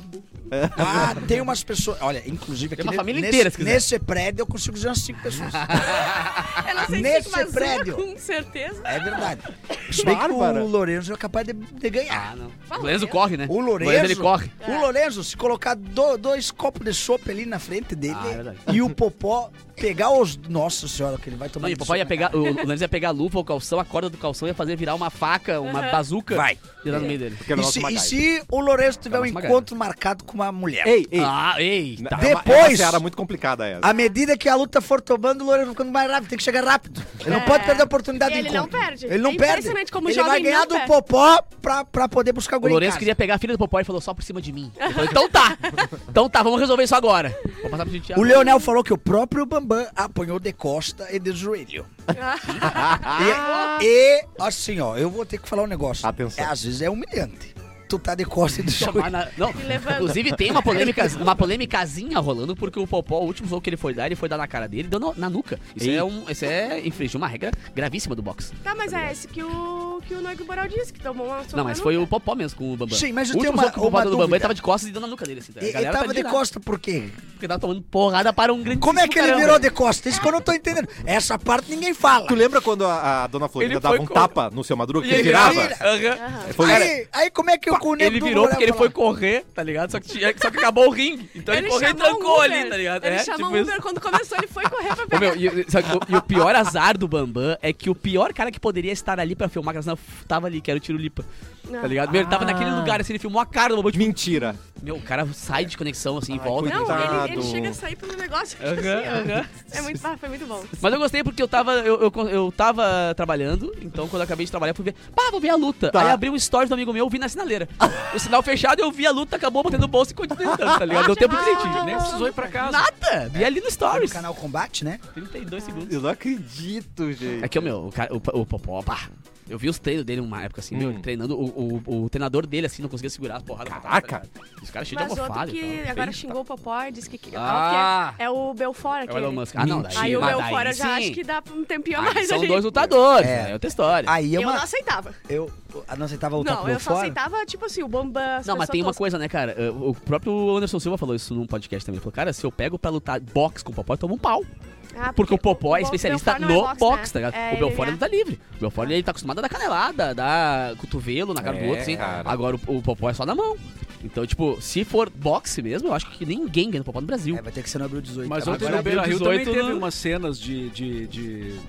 C: Ah, tem umas pessoas. Olha, inclusive aqui.
B: Tem uma
C: ne-
B: família
C: nesse,
B: inteira, se quiser.
C: Nesse prédio eu consigo dizer umas 5 pessoas.
E: Eu não sei
C: Nesse
E: se mas uma,
C: prédio.
E: com certeza.
C: É verdade. Se bem que
A: Bárbara.
C: o Lourenço é capaz de, de ganhar.
B: Ah, não.
E: Ah,
B: O Lorenzo corre, né?
C: O Lourenço.
B: Lorenzo, ele corre.
E: É.
C: O Lourenço, se colocar do- dois copos de sopa ali na frente dele
B: Ah, é verdade.
C: e o Popó pegar os. Nossa senhora, que ele vai tomar.
B: Não, e o papai ia
C: sopa.
B: pegar, o o Lorenzo ia pegar a luva, o calção, a corda do calção, ia fazer virar uma faca, uma bazuca.
C: Vai.
B: E lá é no meio dele.
A: Porque era
C: E
A: o
C: se,
A: nosso
C: e
A: MacGyver.
C: se o Lourenço tiver um
B: Nosso MacGyver.
C: encontro marcado com uma mulher?
A: Ei, ei.
B: Ah, eita.
A: É uma- É uma
C: Depois-
A: seara muito complicada essa.
C: À medida que a luta for tomando, o Lourenço vai ficando mais rápido, tem que chegar rápido. Ele não
E: É.
C: pode perder a oportunidade
E: Ele
C: de
E: não
C: encontro.
E: perde.
C: Ele não
E: É
C: perde.
E: impressionante como
C: ele
E: jovem
C: vai ganhar
E: não
C: do
E: perde.
C: Popó pra, pra poder buscar a
B: O
C: guria em
B: Lourenço
C: casa.
B: queria pegar a filha do Popó e falou só por cima de mim. Eu falei, então tá. Então tá, vamos resolver isso agora. Vou passar pro Titi
C: O
B: agora.
C: Leonel falou que o próprio Bambam apanhou de costa e de
E: [LAUGHS]
C: joelho. E, e, assim, ó, eu vou ter que falar um negócio.
A: Atenção.
C: É, às vezes é humilhante. Tu tá de costa e de
B: Chamar
C: joelho.
B: na- Não,
E: levanta.
B: inclusive tem uma polêmica, uma polêmicazinha rolando, porque o Popó, o último jogo que ele foi dar, ele foi dar na cara dele e deu no- na nuca. Isso
A: Ei.
B: é um. Isso é infringir uma regra gravíssima do boxe.
E: Tá, mas é esse que o, que o Noigo Boral disse, que tomou uma sopa
B: Não, mas
E: no-
B: foi o Popó mesmo com o Bambam.
C: Sim, mas eu
B: o último
C: tenho uma-
B: jogo que o Popó
C: uma
B: deu no Bambam,
C: dúvida.
B: ele tava de costas e deu na nuca dele, assim. A
C: E- Ele
B: galera
C: tava
B: tá
C: de
B: indignada,
C: costas por quê?
B: Porque tava tomando porrada para um grande
C: Como é que ele virou de costas? Isso que eu não tô entendendo. Essa parte ninguém fala.
A: Tu lembra quando a, a dona Florinda
B: Ele
A: dava
B: foi
A: um
B: com-
A: tapa no seu madruga que ele
B: ele
A: virava?
C: vira.
E: Aham.
A: Foi-
C: Aí, aí como é que o
B: um
C: Cunha
B: Ele virou porque ele foi correr, tá ligado? Só que, tinha- só que acabou o ringue. Então ele, correu e
E: chamou o
B: trancou
E: Uber.
B: ali, tá ligado?
E: Ele
B: É,
E: chamou
B: tipo
E: o
B: isso.
E: Uber quando começou, ele foi correr pra
B: Ô,
E: pegar.
B: meu, e, e- sabe, o- e o pior azar do Bambam é que o pior cara que poderia estar ali pra filmar, que não tava ali, que era o Tirulipa.
E: Não.
B: Tá ligado? Meu, ele tava naquele lugar, assim, ele filmou a cara do Bambam. Tipo,
A: é Mentira.
B: meu, o cara sai de conexão, assim, e volta.
E: Não, ele, ele
A: Coitado.
E: chega a sair pelo negócio.
B: Aham, aham.
E: É muito, ah, foi muito bom.
B: Mas eu gostei porque eu tava, eu, eu, eu tava trabalhando, então quando eu acabei de trabalhar, eu fui ver. Pá, vou ver a luta.
A: Tá.
B: Aí abri um story do amigo meu, eu vi na sinaleira. o sinal fechado, eu vi a luta, acabou botando o bolso e continuei andando, tá ligado? Deu tempo direitinho.
D: Nem precisou ir pra casa.
B: Nada! Vi ali no
C: No
B: Stories.
C: canal Combate, né?
B: 32 segundos.
A: Eu não acredito, gente.
B: É que, meu, o, cara, o, o Popó, pá. Eu vi os treinos dele uma época, assim, meu,
A: Hum.
B: ele treinando, o, o, o treinador dele, assim, não conseguia segurar as porradas.
A: Caraca.
B: tá Os caras cheios de
E: Mas outro
B: almofada. e
E: que
B: tal.
E: agora
B: Feio.
E: xingou o Popó e disse que, que-
B: Ah!
E: é, o que é, é o
B: É o
E: Belfort
B: Elon
E: aquele.
B: Musk. Ah, não, daí.
E: Aí o
B: ah,
E: Belfort eu
B: daí
E: já acho
B: sim.
E: que dá um tempinho a
B: Aí
E: mais
B: são
E: ali.
B: dois lutadores,
C: É.
B: é. tá, é outra história.
C: Aí é
E: Eu não
C: uma.
E: aceitava.
C: Eu eu ah, não aceitava voltar
E: Não,
C: pro
E: eu só
C: fora.
E: aceitava, tipo assim, o Bambam. as
B: Não, mas
E: pessoas
B: tem uma
E: toscas.
B: coisa, né, cara? Uh, O próprio Anderson Silva falou isso num podcast também. Ele falou, cara, se eu pego pra lutar boxe com o Popó, eu tomo um pau.
E: Ah,
B: Porque o Popó é
E: Bo-
B: especialista
E: Belfort
B: no
E: não é
B: boxe, tá
E: né?
B: ligado?
E: É,
B: o Belfort ele
E: ele
B: tá livre. O Belfort ele tá acostumado a dar canelada, a dar cotovelo na cara do
A: É,
B: outro, assim.
A: cara.
B: Agora o, o Popó é só na mão. Então, tipo, se for boxe mesmo, eu acho que ninguém ganha do Popó no Brasil.
C: É, vai ter que ser no abril 18.
D: Mas
C: Agora
D: ontem
B: agora
D: no Beira Rio
B: abriu
D: também
B: 18
D: teve
B: no-
D: umas cenas de, de, de,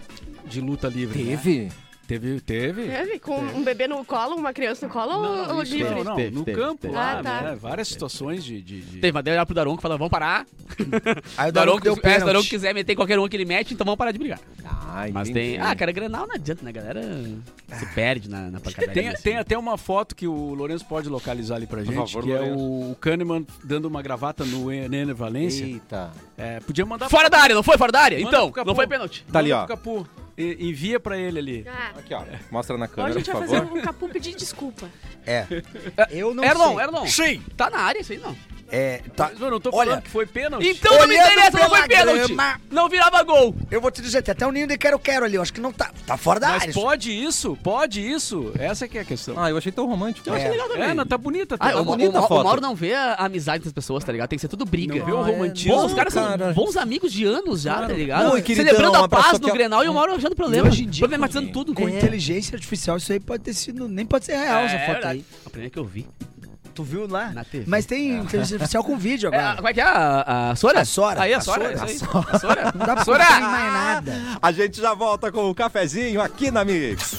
D: de luta livre. né?
A: Teve?
D: Teve, teve.
E: é- Teve? Com um bebê no colo, uma criança no colo ou- ou
D: isso
E: livre?
D: não, não,
B: Teve,
D: no
B: teve,
D: campo
B: teve.
D: lá,
E: Ah, tá.
D: né? Várias situações de... de, de-
B: Teve, mas daí olhar pro Daronco e falar, vamos parar.
C: Aí o
B: [LAUGHS] Daronco,
C: Daronco deu
B: se o Daronco
C: pênalti.
B: quiser meter qualquer um que ele mete, então vamos parar de brigar.
A: Ah,
B: Mas tem. Ah, cara, Grenal não adianta, né? A galera se perde na, na pancadaria.
D: Tem,
B: assim.
D: tem até uma foto que o Lourenço pode localizar ali pra gente,
A: favor,
D: que é
A: Lourenço.
D: o, o Kahneman dando uma gravata no En- Nene Valência.
A: Eita.
D: É, podia mandar
B: Fora da área, não foi fora da área?
D: Manda
B: Então,
D: pro capô.
B: não foi pênalti.
A: Tá ali,
D: Manda
A: ó.
D: pro Capu. E- envia pra ele ali.
E: Ah,
A: Aqui, ó. É. Mostra na
E: Hoje
A: câmera,
E: a gente
A: por
E: vai
A: favor.
E: fazer um Capu pedir desculpa.
C: É.
D: [LAUGHS]
C: Eu não
B: Erlon,
C: sei.
B: Erlon.
C: Sim.
B: Tá na área isso aí, não.
C: É, tá.
D: Mas, mano, eu não tô falando
C: Olha,
D: que foi pênalti.
B: Então não me
C: Olhando
B: interessa, não
C: pela
B: foi pênalti.
C: grama.
B: Não virava gol.
C: eu vou te dizer, tem até um ninho de quero-quero ali. Eu acho que não tá. Tá fora da área.
D: Mas
C: isso.
D: pode isso? Pode isso? Essa que é a questão.
A: Ah, eu achei tão romântico.
C: É.
D: é, não, tá bonita.
B: Ah,
D: tá
B: o,
D: bonita.
A: bonita
B: o- o- o
A: foto.
B: Mauro não vê a amizade das pessoas, tá ligado? Tem que ser tudo briga.
D: Não vê o
C: Não, é-
D: romantismo.
B: Bom, os
A: Não,
B: caras
A: cara.
B: são bons amigos de anos já, tá ligado?
A: Não, e queridão,
B: Celebrando
A: um
B: a
A: abraço
B: paz do
A: que-
B: Grenal e o Mauro achando problema.
C: é E hoje em dia, É
B: problematizando
A: com-
B: tudo. É
C: Com inteligência artificial, isso aí pode ter sido. Nem pode ser
D: É,
C: real essa foto aí.
B: A primeira que eu vi.
C: Tu viu lá?
B: Na TV.
C: Mas tem inteligência artificial com
D: [LAUGHS]
C: vídeo
B: É, a-
C: agora.
B: como é que é? A, a Sora?
C: A Sora.
B: Aí,
C: A
B: a Sora.
C: Sora.
B: isso aí. A Sora.
C: Não dá pra
B: Sora!
C: fazer mais nada.
A: A gente já volta com o cafezinho aqui na Mix.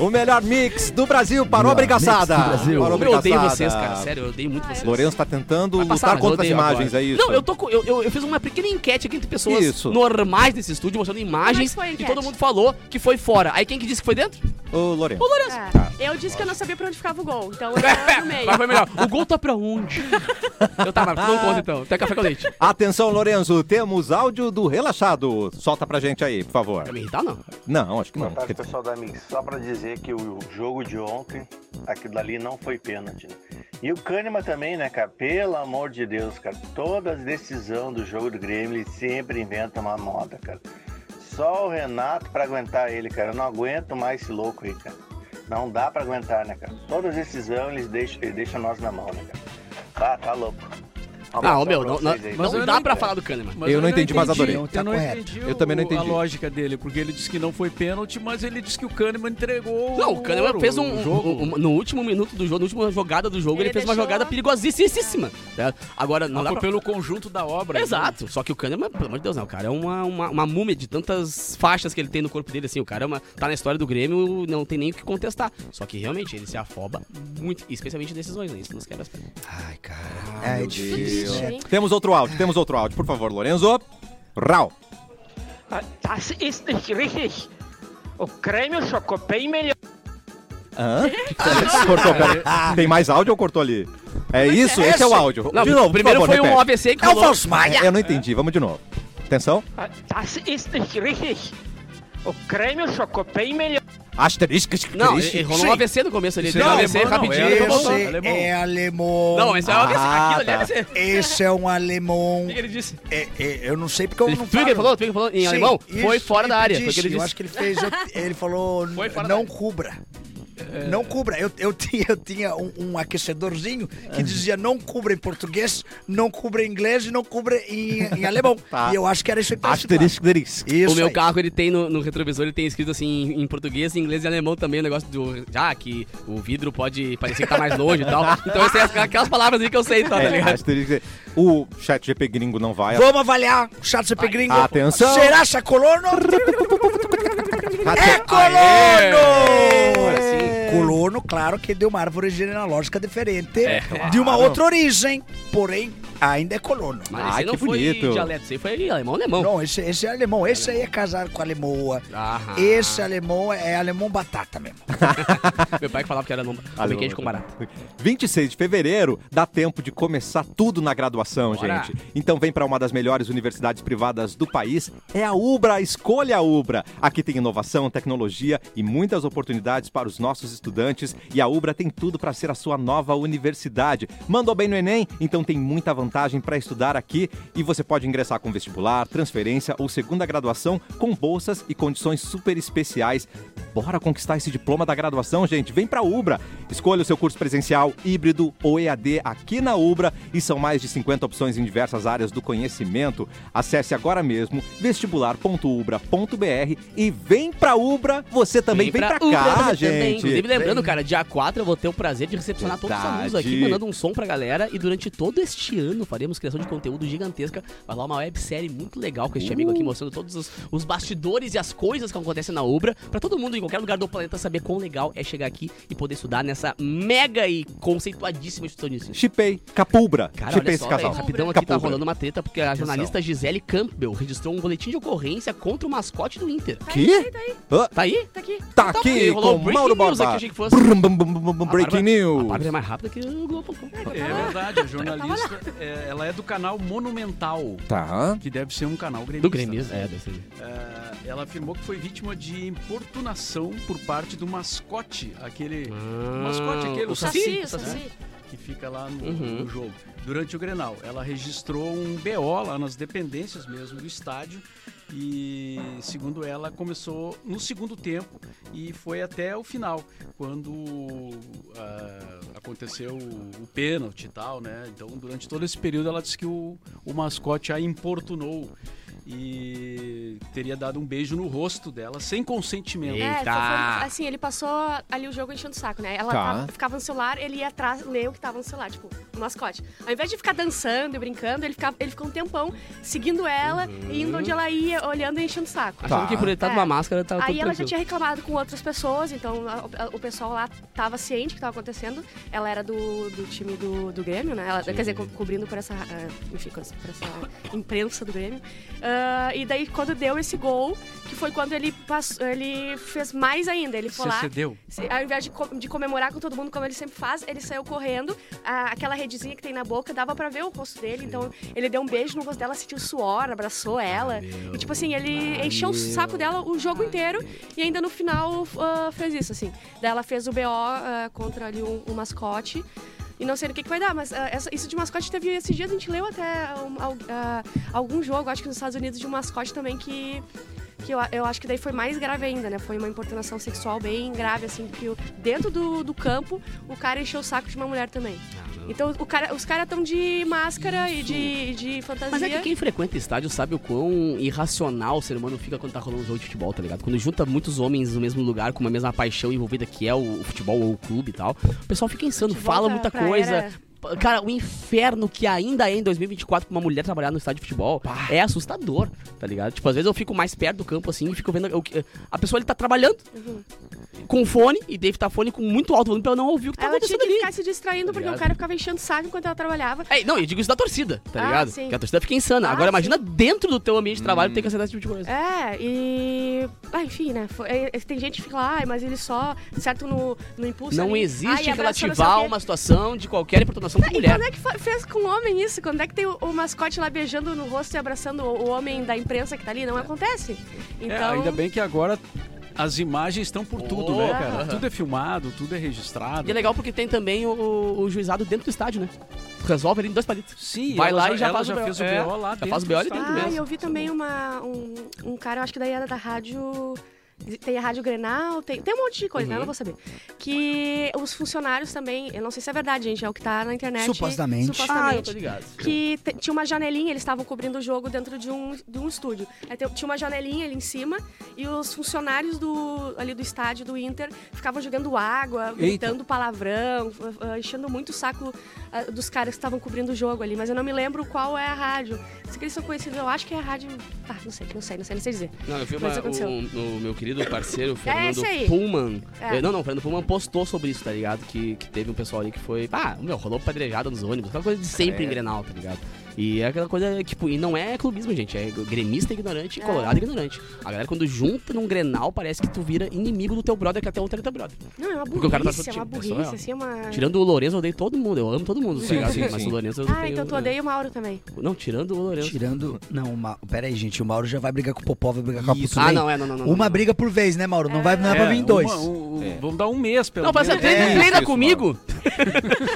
A: O melhor mix do Brasil, parou a brigaçada. Parou a
B: Como eu odeio
A: brigaçada.
B: vocês, cara. Sério, eu odeio muito vocês.
A: Lourenço tá tentando
B: Vai
A: lutar
B: passar, mas eu
A: contra as
B: odeio
A: imagens,
B: agora.
A: é isso?
B: Não, eu, tô com- eu, eu- eu fiz uma pequena enquete aqui entre pessoas
A: Isso.
B: normais desse estúdio, mostrando imagens.
E: Como é que foi a
B: e
E: enquete?
B: todo mundo falou que foi fora. Aí quem que disse que foi dentro?
A: Ô, Lourenço. Tá.
E: É. Eu disse que eu não sabia pra onde ficava o gol, então eu [LAUGHS] tava no meio.
B: Mas foi melhor. O gol tá pra onde? eu tava, não conta então. Até café com leite.
A: Atenção, Lorenzo, temos áudio do Relaxado. Solta pra gente aí, por favor.
B: Pra me irritar, não.
A: Não, acho que
G: Boa
A: não.
G: tarde, pessoal da Mix. Só pra dizer que o jogo de ontem, aquilo dali não foi pênalti. né? E o Kahneman também, né, cara? Pelo amor de Deus, cara. Toda decisão do jogo do Grêmio, ele sempre inventa uma moda, cara. Só o Renato pra aguentar ele, cara. Eu não aguento mais esse louco aí, cara. Não dá pra aguentar, né, cara? Toda decisão eles deixam, ele deixa nós na mão, né, cara? Tá, tá louco. Um
B: Ah,
G: abração
B: ô meu,
G: pra
B: não, não,
G: vocês aí.
B: não
D: Mas eu
B: dá
D: não
B: pra
G: entendo.
B: falar do Kahneman.
A: Eu não entendi, mas adorei.
D: Eu
C: Tá
D: não
C: correto.
D: entendi
A: Eu também não
D: o- a
A: entendi.
D: lógica dele, porque ele disse que não foi pênalti, mas ele disse que o Kahneman entregou.
B: Não, o Kahneman
D: ouro,
B: fez um,
D: o
B: um-
D: jogo.
B: um- no último minuto do jogo, na última jogada do jogo, ele,
E: Ele
B: fez uma
E: deixou-
B: jogada perigosíssima. né? Agora, não
D: Ah,
B: dá
E: é
D: foi
B: pra...
D: pelo conjunto da obra. né?
B: Exato, só que o Kahneman, pelo amor de Deus, não, o cara é uma, uma, uma múmia de tantas faixas que ele tem no corpo dele, assim, o cara é uma- tá na história do Grêmio, não tem nem o que contestar. Só que realmente ele se afoba muito, especialmente em decisões, né? Isso nos quebra as pernas.
C: Ai, cara. é difícil. né?
E: Deus. Sim.
A: Temos outro áudio, temos outro áudio. Por favor, Lorenzo. Rau.
H: Äh, Das ist nicht richtig. O Grêmio jogou bem melhor.
B: [LAUGHS]
A: Hã? cortou, pera. Tem mais áudio ou cortou ali? É isso? Esse é o áudio.
B: Não,
A: de novo, por
B: primeiro
A: favor,
B: foi um
A: repete.
B: AVC que
C: É o
B: rolou.
C: falso Maia.
A: É, eu não entendi, vamos de novo. Atenção.
H: Das ist nicht richtig. O Grêmio jogou bem melhor.
A: Asterisco.
B: Não, ele,
A: asterisco.
B: ele rolou um AVC no começo ali, ele
D: Não,
B: deu um AVC
D: alemão não,
B: rapidinho
D: é
B: e
D: alemão.
B: voltou.
C: Esse
D: Alemão.
C: é alemão.
B: Não, esse é um AVC,
A: Ah,
B: aquilo ali é
A: tá.
B: AVC.
C: Esse é um alemão.
B: O que que ele disse?
C: É, é, eu não sei porque eu
B: Ele,
C: não
B: tu
C: falo.
B: que ele falou? Tu que ele falou em
C: Sim,
B: alemão? Foi
C: isso,
B: fora da área. Foi o
C: Disse,
B: que ele
C: Eu
B: disse.
C: acho que ele fez. Ele falou.
B: [LAUGHS] Foi fora da
C: não
B: área." É.
C: cubra. Não cubra. Eu, eu [LAUGHS] tinha, eu tinha um, um aquecedorzinho
B: Ah.
C: que dizia não cubra em português, não cubra em inglês e não cubra em,
B: [LAUGHS]
C: em alemão.
A: Tá.
C: E eu acho que era isso que
B: é-
C: tava
A: Asterisco, asterisco.
C: escrito lá. Isso
B: o meu
C: aí.
B: carro, ele tem no, no retrovisor, ele tem escrito assim em português, em inglês e alemão também, o negócio do. Já que o vidro pode parecer que tá mais longe e tal. Então eu sei as- aquelas palavras aí que eu sei, só, tá
A: É,
B: ligado?
A: asterisco. O chat GP gringo não vai.
C: Vamos avaliar o chato CP gringo.
A: Atenção.
C: Será
B: [LAUGHS]
C: colono? É
B: Agora
C: colono!
B: sim.
C: Colono, assim, claro que de uma árvore genealógica diferente,
B: É,
C: de uma outra origem, porém ainda é colono.
B: Mas
A: Ah,
B: esse aí
A: que
B: não foi
A: bonito.
B: dialeto, esse aí foi alemão, alemão.
C: Não, esse, esse é alemão, esse aí é casado com a alemoa.
B: Aham.
C: Esse alemão é alemão batata mesmo.
B: Meu pai que falava que era alemão. Alemão.
A: Alemão.
B: Queijo com barato.
A: 26 de fevereiro dá tempo de começar tudo na graduação,
B: Bora.
A: gente. Então vem para uma das melhores universidades privadas do país, é a Ubra, escolha a Ubra. Aqui tem inovação, tecnologia e muitas oportunidades para os nossos estudantes e a Ubra tem tudo para ser a sua nova universidade. Mandou bem no ENEM, então tem muita vantagem para estudar aqui e você pode ingressar com vestibular, transferência ou segunda graduação com bolsas e condições super especiais. Bora conquistar esse diploma da graduação, gente. Vem pra Ubra. Escolha o seu curso presencial, híbrido ou EAD aqui na Ubra e são mais de 50 opções em diversas áreas do conhecimento. Acesse agora mesmo vestibular.ubra.br e vem pra Ubra. Você também vem, pra, cá,
B: Ubra, você também.
A: gente.
B: Inclusive, né? lembrando, cara, dia 4 eu vou ter o prazer de recepcionar todos os
A: Verdade.
B: alunos aqui, mandando um som pra galera. E durante todo este ano faremos criação de conteúdo gigantesca. Vai lá uma websérie muito legal com este amigo
A: Uh!
B: aqui, mostrando todos os, os bastidores e as coisas que acontecem na Ubra. Pra todo mundo, em qualquer lugar do planeta, saber quão legal é chegar aqui e poder estudar nessa mega e conceituadíssima instituição de ensino.
A: Chipei, Capubra.
B: Cara,
A: Chipei
B: olha
A: esse
B: só,
A: casal.
B: velho, rapidão aqui tá rolando uma treta porque a jornalista Gisele Campbell registrou um boletim de ocorrência contra o mascote do Inter.
E: Tá
A: Que?
E: aí, tá aí,
A: Hã?
B: Tá aí?
E: tá aqui.
A: Tá
B: Então,
A: aqui
B: rolou
A: com
B: um breaking
A: Mauro
B: news aqui,
A: Borba.
B: achei que fosse-
A: Brum, bum, bum, bum, bum,
B: A
A: Breaking
B: Bárbara- A
A: news.
B: Bárbara é mais rápida que o Globo.com.
D: É verdade, a jornalista, é, ela é do canal Monumental,
A: Tá.
D: que deve ser um canal gremista.
B: Do Grêmio, é, deve ser.
D: Ah, ela afirmou que foi vítima de importunação por parte do mascote, aquele
A: Ah,
D: mascote aquele, o
E: Saci,
D: saci,
E: o Saci.
D: que fica lá no,
B: Uhum.
D: no jogo. Durante o Grenal, ela registrou um BO lá nas dependências mesmo do estádio e, segundo ela, começou no segundo tempo e foi até o final, quando ah, aconteceu o, o pênalti e tal, né? Então, durante todo esse período, ela disse que o, o mascote a importunou e teria dado um beijo no rosto dela sem consentimento.
E: É,
B: Eita.
E: só foi- assim, ele passou ali o jogo enchendo o saco, né? Ela
A: Tá.
E: tava- ficava no celular, ele ia atrás, ler o que tava no celular, tipo, o mascote. Ao invés de ficar dançando e brincando, ele, ficava, ele ficou um tempão seguindo ela, e indo onde ela ia, olhando e enchendo o saco.
B: Achando que por ele tá de uma
E: É.
B: máscara, tá
E: Aí
B: tudo
E: ela já
B: tranquilo.
E: tinha reclamado com outras pessoas, então a- a- o pessoal lá tava ciente do que tava acontecendo. Ela era do, do time do, do Grêmio, né? Ela, quer dizer, co- cobrindo por essa, ah, enfim, por essa imprensa do Grêmio. Ah, Ah, e daí, quando deu esse gol, que foi quando ele, passou, ele fez mais ainda. Ele foi
D: Se
E: lá,
D: excedeu.
E: se- ao invés de, co- de comemorar com todo mundo, como ele sempre faz, ele saiu correndo. a- aquela redezinha que tem na boca, dava pra ver o rosto dele. Então, ele deu um beijo no rosto dela, sentiu suor, abraçou ela. e, tipo assim, ele encheu o saco dela o jogo inteiro. E ainda no final ah, fez isso, assim. Daí ela fez o BO ah, contra ali o o mascote. E não sei no que, que vai dar, mas ah, essa- isso de mascote teve esses dias, a gente leu até um, al- ah, algum jogo, acho que nos Estados Unidos, de um mascote também que. Que eu, a- eu acho que daí foi mais grave ainda, né? Foi uma importunação sexual bem grave, assim, que o- dentro do, do campo o cara encheu o saco de uma mulher também. Então o cara, os caras estão de máscara e de, de fantasia.
B: Mas é que quem frequenta estádio sabe o quão irracional o ser humano fica quando tá rolando um jogo de futebol, tá ligado? Quando junta muitos homens no mesmo lugar, com uma mesma paixão envolvida que é o, o futebol ou o clube e tal, o pessoal fica insano,
E: Futebol
B: fala
E: pra-
B: muita
E: pra
B: coisa.
E: era-
B: P- Cara, o inferno que ainda é em 2024 pra uma mulher trabalhar no estádio de futebol é assustador, tá ligado? Tipo, às vezes eu fico mais perto do campo assim e fico vendo. o que- A pessoa ele tá trabalhando
E: Uhum.
B: com fone e deve estar fone com muito alto volume pra eu não ouvir o que tá
E: Ela tinha
B: acontecendo
E: que
B: ali.
E: ficar se distraindo porque
B: Obrigado.
E: o cara ficava enchendo o saco enquanto ela trabalhava.
B: É, não, eu digo isso da torcida, tá
E: Ah,
B: ligado?
E: sim.
B: Que a torcida fica insana.
E: Ah,
B: Agora imagina dentro do teu ambiente de trabalho ter que aceitar esse tipo de coisa.
E: É, e. Ah, enfim, né? Foi- é, é, tem gente que fica lá, "Ai, mas ele só. Certo no, no impulso.
B: Não
E: ali,
B: existe
E: "Ai, abraçou, não sei o
B: relativar
E: quê."
B: uma situação de qualquer importunação com
E: E
B: mulher.
E: quando é que fa- fez com o homem isso? Quando é que tem o, o mascote lá beijando no rosto e abraçando o, o homem da imprensa que tá
B: É.
E: ali? Não acontece. Então.
D: É, ainda bem que agora as imagens estão por tudo, né,
B: Oh,
D: cara?
B: aham.
D: Tudo é filmado, tudo é registrado.
B: E é legal porque tem também o, o juizado dentro do estádio, né? Resolve ali em dois palitos.
D: Sim,
B: Vai
D: ela
B: lá e já
D: ela
B: faz o BO.
D: fez o BO
B: É,
D: lá
B: já
D: dentro.
B: faz o BO ali
D: do
B: dentro
D: estado.
E: Ah,
B: mesmo.
E: eu vi também uma, um, um cara, eu acho que daí era da rádio. Tem a Rádio Grenal, tem, tem um monte de coisa, né? Eu não vou saber. Que os funcionários também, eu não sei se é verdade, gente, é o que tá na internet.
B: Ah,
C: Supostamente.
B: eu tô
E: Supostamente.
B: ligado.
E: que te- tinha uma janelinha, eles estavam cobrindo o jogo dentro de um, de um estúdio. Aí te- tinha uma janelinha ali em cima e os funcionários do, ali do estádio do Inter ficavam jogando água, gritando palavrão, f- f- enchendo muito o saco ah, dos caras que estavam cobrindo o jogo ali. Mas eu não me lembro qual é a rádio. Se que eles são conhecidos, eu acho que é a rádio. Ah, não sei, não sei, não sei, não sei dizer.
B: Não, eu vi
E: Mas
B: uma,
E: aconteceu.
B: o, o meu querido parceiro Fernando
E: esse aí.
B: Pullman.
E: É.
B: eh, Não, não, Fernando Pullman postou sobre isso, tá ligado? Que, que teve um pessoal ali que foi. Ah, meu, rolou pedrejada nos ônibus. Aquela coisa de sempre em Grenal, tá ligado? E é aquela coisa, tipo, e não é clubismo, gente. É gremista ignorante
E: É.
B: e colorado ignorante. A galera, quando junta num Grenal, parece que tu vira inimigo do teu brother, que até ontem era teu brother.
E: Não, é uma
B: Porque o cara tá
E: burrice, é uma
B: assistindo, pessoal,
E: burrice, assim, é uma.
B: Tirando o Lourenço, eu odeio todo mundo. Eu amo todo mundo, tá
A: Sim,
B: ligado?
A: sim,
B: Mas
A: sim.
B: o Lourenço eu
E: Ah,
B: tenho- um-
E: então tu odeia o Mauro também. [LAUGHS]
B: Não, tirando o Lourenço.
C: Tirando. Não, o Ma... pera aí, gente. O Mauro já vai brigar com o Popó, vai brigar com a Puto
B: Ah, não, é, não, não, não.
C: Uma
B: não.
C: briga por vez, né, Mauro? Não vai não é, pra
D: É,
C: vir dois.
D: uma- um-
A: É.
D: Vamos dar um mês, pelo
B: Não,
D: menos.
B: passa treina,
A: É,
B: Tá treina
A: isso,
B: comigo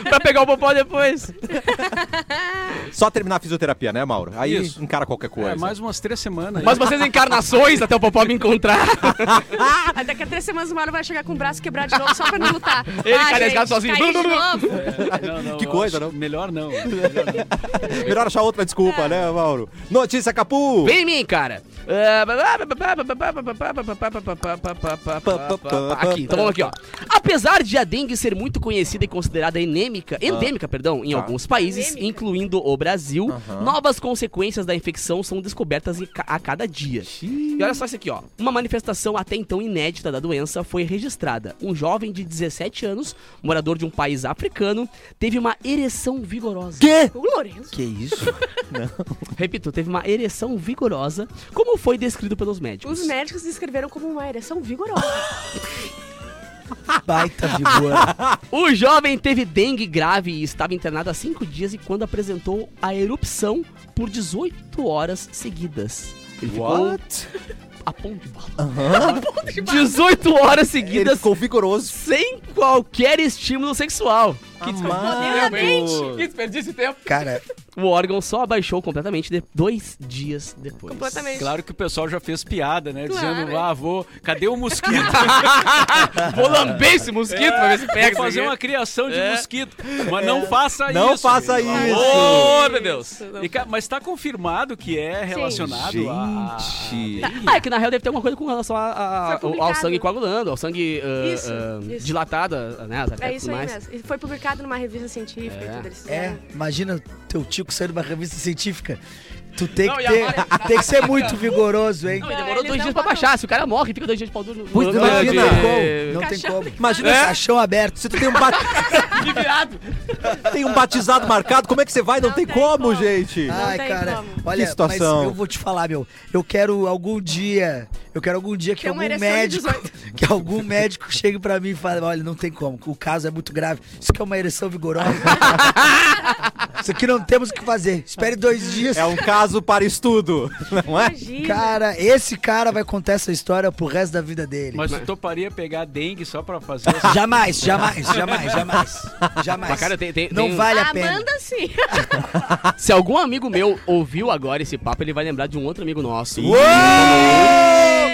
B: pra pegar o popó depois.
A: [LAUGHS] Só terminar a fisioterapia, né, Mauro? Aí
D: Isso.
A: encara qualquer coisa.
D: É, mais umas três semanas. aí.
B: Mas vocês encarnações até o popó me encontrar.
E: Ah, daqui a três semanas o Mauro vai chegar com o braço quebrado de novo só pra não lutar.
B: Ele
E: ah,
B: carregado sozinho.
E: caí
B: [LAUGHS]
E: de novo.
D: [LAUGHS] Não, não,
A: Que
D: eu
A: coisa,
D: acho
A: não?
D: Melhor não.
A: Melhor achar outra desculpa, né, Mauro? Notícia, Capu!
B: Vem em mim, cara. Aqui, então vamos aqui, ó. Apesar de a dengue ser muito conhecida e considerada endêmica, endêmica, perdão, em alguns países,
E: Endêmica.
B: incluindo o Brasil, novas consequências da infecção são descobertas em ca- a cada dia. E olha só isso aqui, ó. Uma manifestação até então inédita da doença foi registrada. Um jovem de 17 anos, morador de um país africano, teve uma ereção vigorosa.
E: O Lourenço.
C: Que isso?
B: Repito, teve uma ereção vigorosa, como foi descrito pelos médicos.
E: Os médicos descreveram como uma ereção vigorosa.
C: Baita figura.
B: O jovem teve dengue grave e estava internado há 5 dias e quando apresentou a erupção por 18 horas seguidas. Ele ficou
A: What?
B: [LAUGHS] a pão de bala. [LAUGHS] 18 horas
A: Ele
B: seguidas
A: ficou vigoroso.
B: sem qualquer estímulo sexual. Que
A: Ah, é Amado.
B: desperdício de tempo.
C: Cara,
B: O órgão só abaixou completamente de- dois dias depois.
E: Completamente.
D: Claro que o pessoal já fez piada, né?
E: Claro.
D: Dizendo, ah, vou... Cadê o mosquito? [LAUGHS]
B: Vou lamber esse mosquito pra ver se
D: É. Vou
B: pega.
D: fazer uma criação de
B: É.
D: mosquito. Mas não faça
A: É. Não
D: isso.
A: faça
D: meu.
A: isso.
B: Oh, meu Deus.
D: E, cara, mas tá confirmado que é relacionado a...
A: Gente.
B: Ah, é que na real deve ter alguma coisa com relação a- a-
E: Foi
B: ao,
E: publicado.
B: sangue coagulando, ao sangue ah,
E: Isso,
B: ah,
E: isso.
B: dilatado, né? As artérias
E: É
B: e
E: isso
B: tudo
E: aí
B: mais.
E: mesmo. E foi publicado numa revista científica e tudo. Eles
C: é.
E: fizeram.
C: Imagina teu tio saindo de uma revista científica. Tu tem
B: Não,
C: que
B: e
C: ter.
B: agora-
C: Tem que ser muito vigoroso, hein?
B: Não, e demorou
E: é, Eles
B: dois
E: não
B: dias pra
E: param.
B: baixar. Se o cara morre, fica dois dias de pau duro no-
A: Pois
B: no-
A: não,
B: no-
A: imagina.
B: de-
C: Não tem
E: Caixão- [LAUGHS]
C: como.
A: Imagina
B: É?
C: Caixão aberto.
A: se tu tem um, bat-
B: de virado.
A: tem um batizado marcado, como é que você vai? Não,
E: Não
A: tem,
E: tem
A: como,
E: como.
A: gente.
E: Ah.
C: Ai,
E: tem
C: cara,
E: como.
C: olha,
A: Que situação.
C: mas eu vou te falar, meu. Eu quero algum dia, eu quero algum dia que
E: Ter
C: algum
E: uma um ereção de
C: médico, [LAUGHS] que algum médico chegue pra mim e fale, olha, não tem como, o caso é muito grave. Isso aqui é uma ereção
E: [LAUGHS]
C: vigorosa. Isso aqui não temos o que fazer. Espere dois dias.
A: É um caso para estudo, não é?
E: Imagina.
C: Cara, esse cara vai contar essa história pro resto da vida dele.
D: Mas tu toparia pegar dengue só pra fazer essa...
C: Jamais, jamais, jamais, jamais, jamais.
B: Mas, cara, tem- tem-
C: não
B: tem um-
C: vale a pena.
E: Amanda, sim.
B: Se algum amigo meu ouviu agora esse papo, ele vai lembrar de um outro amigo nosso.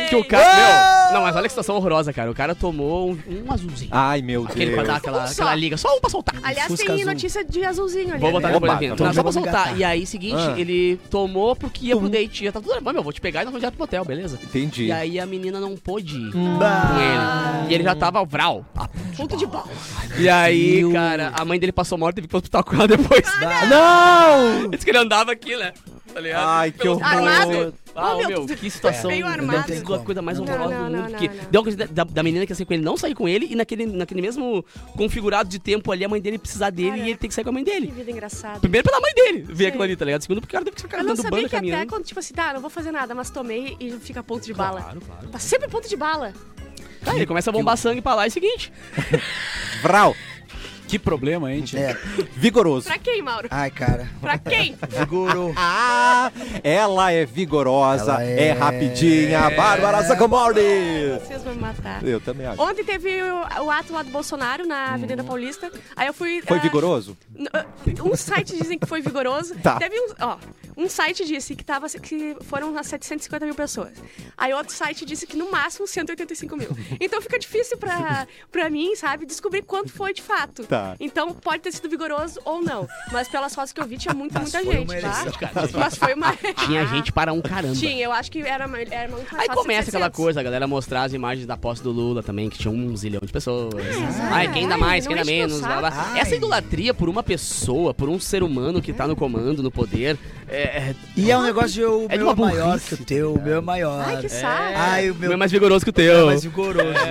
B: Que o cara. Meu, não, mas olha que situação horrorosa, cara. O cara tomou um, um azulzinho.
A: Ai, Ah, meu
B: Aquele pra
A: Deus.
B: dar aquela,
E: Um só.
B: aquela liga. Só um pra soltar.
E: Aliás,
C: Fusca
E: tem
C: azul.
E: notícia de azulzinho ali.
B: Vou botar
E: né?
B: depois
A: Opa,
B: aqui.
A: então
B: Não, só pra
C: vamos
B: soltar.
C: engatar.
B: E aí, seguinte,
A: Ah.
B: ele tomou porque ia pro date. Já tá tudo normal, meu. Vou te pegar e nós vamos direto pro hotel, beleza?
A: Entendi.
B: E aí a menina não pôde ir com
C: Bah.
B: ele. E ele já tava vral.
A: Ah,
E: Ponto Ah. de bola.
B: E aí, cara, a mãe dele passou mal e teve que ir pro hospital com ela depois.
E: Ah,
B: [LAUGHS]
A: Não!
B: Disse que ele andava aqui, né? Tá ligado?
A: Ai, que
B: Pelo-
A: horror.
E: Armado?
B: Ah,
E: Oh,
B: meu,
E: meu
B: que situação.
E: Veio
B: Não
E: armado.
B: tem co- coisa mais
E: Não,
B: horrorosa
E: não,
B: do
E: não,
B: mundo.
E: não,
B: que
E: não.
B: Deu uma coisa da, da menina que ia sair com ele, não sair com ele, e naquele, naquele mesmo configurado de tempo ali, a mãe dele precisar dele
E: Caraca.
B: e ele tem que sair com a mãe
E: Que
B: dele.
E: vida engraçada.
B: Primeiro pela mãe dele ver
E: Sim.
B: aquilo ali, tá ligado? Segundo, porque o cara teve que ficar
E: Eu não
B: dando
E: sabia
B: banda né?
E: que até
B: caminhando.
E: quando, tipo assim, tá, não vou fazer nada, mas tomei e fica ponto de bala.
B: Claro, claro.
E: Tá sempre ponto de bala.
B: Tá, ele começa a bombar sangue pra lá e é o seguinte.
A: Vral.
D: [LAUGHS] Que problema, hein, tia?
C: É.
A: Vigoroso.
E: Pra quem, Mauro?
C: Ai, cara.
B: [LAUGHS]
E: Pra quem?
C: Vigorou.
A: Ah, ela é vigorosa,
C: Ela
A: é...
C: é-
A: rapidinha. Bárbara Zacomori.
E: Vocês vão me matar.
A: Eu também acho.
E: Ontem teve o, o ato lá do Bolsonaro
B: Hum.
E: na Avenida Paulista. Aí eu fui.
A: Foi
E: ah,
A: vigoroso?
E: n- ah, Um site dizem que foi vigoroso.
A: Tá.
E: Teve um. Ó, um site disse que, tava, que foram umas 750 mil pessoas. Aí outro site disse que no máximo 185 mil. Então fica difícil pra, pra mim, sabe, descobrir quanto foi de fato.
A: Tá.
E: Então pode ter sido vigoroso ou não. Mas pelas fotos que eu vi, tinha muito,
C: Mas
E: muita
C: foi
E: gente,
C: uma
E: tá?
C: ereção,
E: Mas foi uma.
B: Tinha gente para um caramba.
E: [LAUGHS] Tinha, eu acho que era, ma- era muito mais
B: Aí
E: fácil
B: começa aquela
E: 700.
B: coisa, a galera mostrar as imagens da posse do Lula também, que tinha um zilhão de pessoas. Ai, quem dá
E: ai,
B: mais,
E: não
B: quem dá
E: enche meu
B: menos, blá, blá.
C: saco.
B: Essa
C: Ai.
B: idolatria por uma pessoa, por um ser humano que tá no comando, no poder, é, é-
C: E é um negócio de o
B: É de
C: meu
B: uma
C: é maior
B: burrice,
C: que o teu, o meu é maior.
E: Ai, que saco.
C: Ai, o
B: meu
C: meu
B: é mais vigoroso que o
C: é
B: teu.
C: mais vigoroso.
E: [LAUGHS]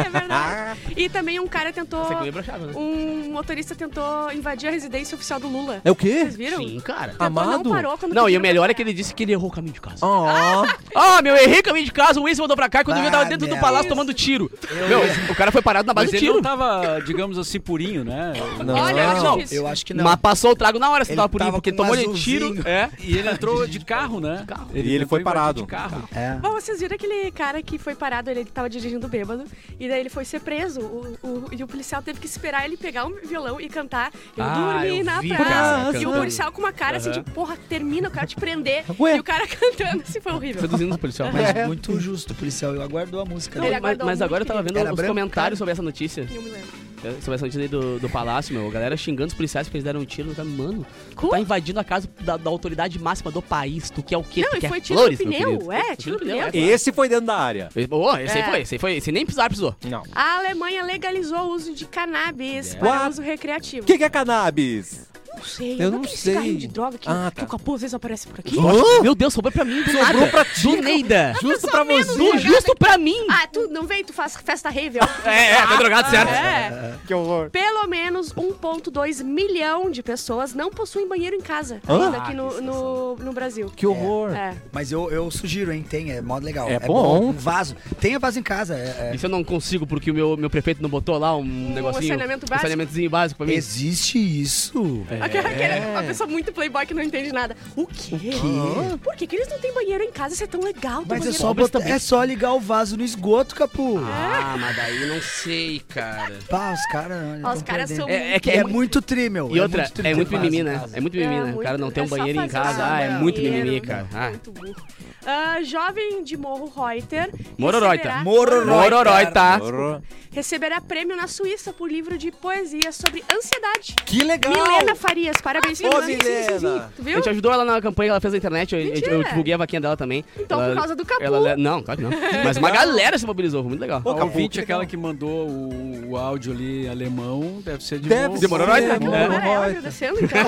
E: É verdade. E também um cara tentou.
B: Você comeu brochado, né?
E: Um motorista tentou invadir a residência oficial do Lula.
A: É o quê?
E: Vocês viram?
B: Sim, cara.
E: Tentou,
A: Amado?
E: Não, parou quando
B: Não, e o
E: pediram
B: melhor
E: pra
B: é que ele disse que ele errou o caminho de casa.
A: Ó.
B: Ah, meu, errei o caminho de casa, o Waze mandou pra cá e quando eu vi, eu tava
C: Ah,
B: dentro do
C: meu.
B: palácio tomando tiro.
A: Tá
C: Ah,
B: Meu, o cara foi parado na base
D: Tá Mas
B: do
D: ele não
B: tiro.
D: tava, digamos assim, purinho, né?
A: Não.
E: Olha, eu acho
B: Não,
E: difícil.
C: Eu acho que não.
B: Mas passou o trago na hora, se
C: Ele
B: tava por aí,
C: tava
B: porque
C: com um
B: tomou-lhe
C: azulzinho.
B: tiro. É.
D: E ele entrou de carro, né?
A: E ele
D: tentou
A: foi parado.
D: invadir De carro.
C: É.
E: Bom, vocês viram aquele cara que foi parado, ele tava dirigindo bêbado, e daí ele foi ser preso. O, o- e o policial teve que esperar ele pegar um violão e cantar. Eu
B: Ah,
E: dormi
B: eu
E: na
B: vi,
E: praça.
B: cara,
E: e o
B: cantando.
E: policial com uma cara assim de porra, termina, eu quero te prender.
A: Ué.
E: E o cara [LAUGHS] cantando, assim, foi horrível.
B: Seduzindo os policiais.
C: [LAUGHS] Mas muito justo, o policial. Eu aguardou a música.
E: Não,
B: Mas-
E: ele
C: dele.
B: mas,
E: aguardou muito,
B: agora eu tava vendo
C: querido. Era
B: os
C: branco,
B: comentários
C: cara?
B: sobre essa notícia.
E: Eu me lembro.
B: eh, Sobre essa notícia aí do, do palácio, meu. A galera xingando os policiais porque eles deram um tiro. Tá, mano, tu
E: Como?
B: tá invadindo a casa da, da autoridade máxima do país. Tu quer o quê?
E: Não,
B: tu
E: e
B: quer
E: foi tiro
B: flores,
E: no
B: meu
E: pneu,
B: querido.
E: é,
B: Foi
E: tiro no pneu.
A: Esse foi dentro da área.
B: é, claro. Oh, esse aí
E: É.
B: foi, esse aí foi. Esse nem precisar precisou.
A: Não.
E: A Alemanha legalizou o uso de cannabis
B: Yeah.
E: para
A: What?
E: uso recreativo.
A: O É. que, que é cannabis?
E: Não sei,
A: Eu
E: não
A: não
E: aquele cigarrinho
A: sei.
E: de droga que,
A: Ah, tá.
E: que o capô às vezes aparece por aqui.
B: Meu Deus, sobrou pra mim do
A: Sobrou
B: nada.
A: pra ti,
B: do
A: cara.
B: Neida.
A: Justo pra
E: menos
A: você.
B: Do justo pra mim.
E: Ah, tu não vem, tu faz festa rave, ó.
B: É, é, tá drogado, certo.
E: É.
A: Que horror.
E: Pelo menos 1,2 milhão de pessoas não possuem banheiro em casa
A: Hã?
E: ainda
B: Ah,
E: aqui no, no, no Brasil.
A: Que horror.
E: É.
C: Mas eu, eu sugiro, hein? Tem, é modo legal.
A: É bom.
C: Um vaso. Tenha vaso em casa. é- é.
B: Isso eu não consigo porque o meu, meu prefeito não botou lá um negocinho.
E: saneamento básico?
B: Um saneamentozinho básico pra mim.
C: Existe isso?
B: É.
E: Aquela, aquela- a pessoa muito playboy que não entende nada. O quê? Por que, que eles não têm banheiro em casa? Isso é tão legal. ter
C: Mas é
E: banheiro
C: só,
E: em casa.
C: botar, é só ligar o vaso no esgoto, Capu.
B: Ah, mas daí não sei, cara.
C: Pá, os caras... né,
E: Ó, Os caras são
B: É, é que
C: É,
B: é, muito.
C: muito trímel.
B: E outra, é muito mimimi,
C: mimimi,
B: né? É muito mimimi, né? O cara não tem um
E: é só
B: banheiro em
E: fazer
B: casa.
E: um
B: Ah, é muito mimimi,
E: banheiro,
B: cara. Ah.
E: muito burro. Ah, jovem de Morro Reuter.
B: Mororoita.
E: receberá-
B: Mororói, tá?
A: Moro-
E: Receberá prêmio na Suíça por livro de poesia sobre ansiedade.
A: Que legal!
E: Milena Farias, parabéns
A: Ô,
E: Milena.
A: Milena!
E: Tu
B: A
E: viu?
B: gente ajudou ela na campanha que ela fez na internet, eu, eu-
E: Mentira.
B: eu divulguei a vaquinha dela também.
E: Então, por
B: Ela-
E: causa do Capu.
B: ela- não, claro que
E: [LAUGHS]
B: não. Mas uma galera se mobilizou, foi muito legal.
A: Pô,
D: A
A: Capu,
D: ouvinte,
A: que
D: aquela
A: legal.
D: que mandou o, o áudio ali alemão, deve ser de
A: Deve
D: né? Morro-
A: ser. É,
B: Mororoita?
A: de
E: Não era ela
A: Mororoita.
E: agradecendo, então.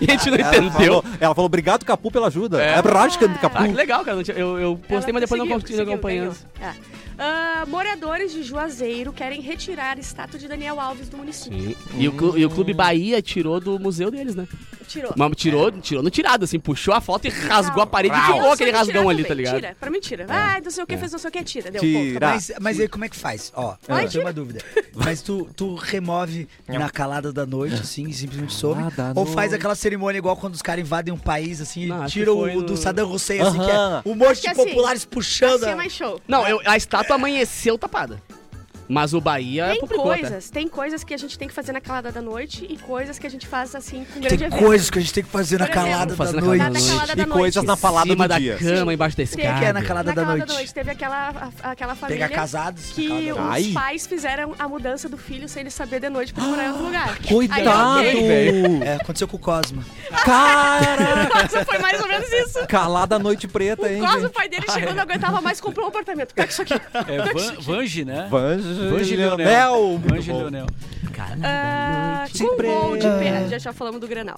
B: E [LAUGHS] a gente não
A: Ela
B: entendeu.
A: falou, ela falou, obrigado, Capu, pela ajuda. É, é Brascan, Capu.
B: Ah, que legal, cara. não tinha- Eu, eu postei,
E: Ela
B: mas depois não
E: conseguiu,
B: continuei
E: conseguiu,
B: acompanhando.
E: ganhou. É. Ah, moradores de Juazeiro querem retirar a estátua de Daniel Alves do município.
B: Sim. E, o clu- e o Clube Bahia tirou do museu deles, né?
E: Tirou.
B: Mas tirou, tirou no tirado, assim, puxou a foto e rasgou a parede e
E: Não,
B: tirou
E: só
B: aquele
E: de
B: rasgão
E: tirar
B: ali,
E: também,
B: tá ligado? É.
E: Tira, pra mim tira. Ai, não sei o que, fez não sei o que, tira. Deu
A: Tira.
E: ponto.
A: Tá.
C: Mas, mas aí como é que faz? Ó,
E: Vai,
C: eu tenho uma dúvida. Mas tu, tu remove na calada da noite, assim, e simplesmente some?
A: Calada
C: Ou
A: da
C: faz aquela cerimônia igual quando os caras invadem um país, assim,
B: Não,
C: e
B: acho
C: tiram
B: que foi
C: o do
B: no-
C: Saddam Hussein, assim, que
A: Aham.
C: é um monte de
E: Acho que assim,
C: populares puxando.
E: Assim é mais show.
B: Não, eu- a estátua amanheceu tapada. Mas o Bahia
E: Tem
B: publicou até.
E: coisas, tem coisas que a gente tem que fazer na calada da noite e coisas que a gente faz assim com grande
C: Tem
E: evento.
C: coisas que a gente tem que fazer na
E: Por exemplo,
C: calada da
B: fazer na calada
E: Na
B: da
C: noite.
B: noite.
E: calada da
A: E
E: noite.
A: coisas na falada
B: em cima
A: do
B: da
A: dia.
B: cama, embaixo da
E: Tem
B: escada.
E: que
C: é na calada
E: Na
C: da
E: calada da
C: noite.
E: noite teve aquela, a- aquela família
C: Pegar casados.
E: que
C: na calada da
E: os
C: noite.
A: Ai.
E: pais fizeram a mudança do filho sem ele saber de noite pra morar em outro lugar.
A: Coitado!
E: Aí, ok.
C: É, aconteceu com o Cosma.
A: Cara!
E: Nossa, foi mais ou menos isso.
A: [LAUGHS] Calada a noite preta, hein?
E: Quase o pai dele chegou, não aguentava mais, comprou um apartamento. Pega isso aqui.
D: É Van, Vange, né?
A: Vange
D: Vange
A: Leonel.
D: Leonel.
A: muito
D: Vange
A: bom.
D: Leonel.
E: Ah,
A: noite
E: com
A: preta.
E: gol de pé. Já, já falamos do Granal.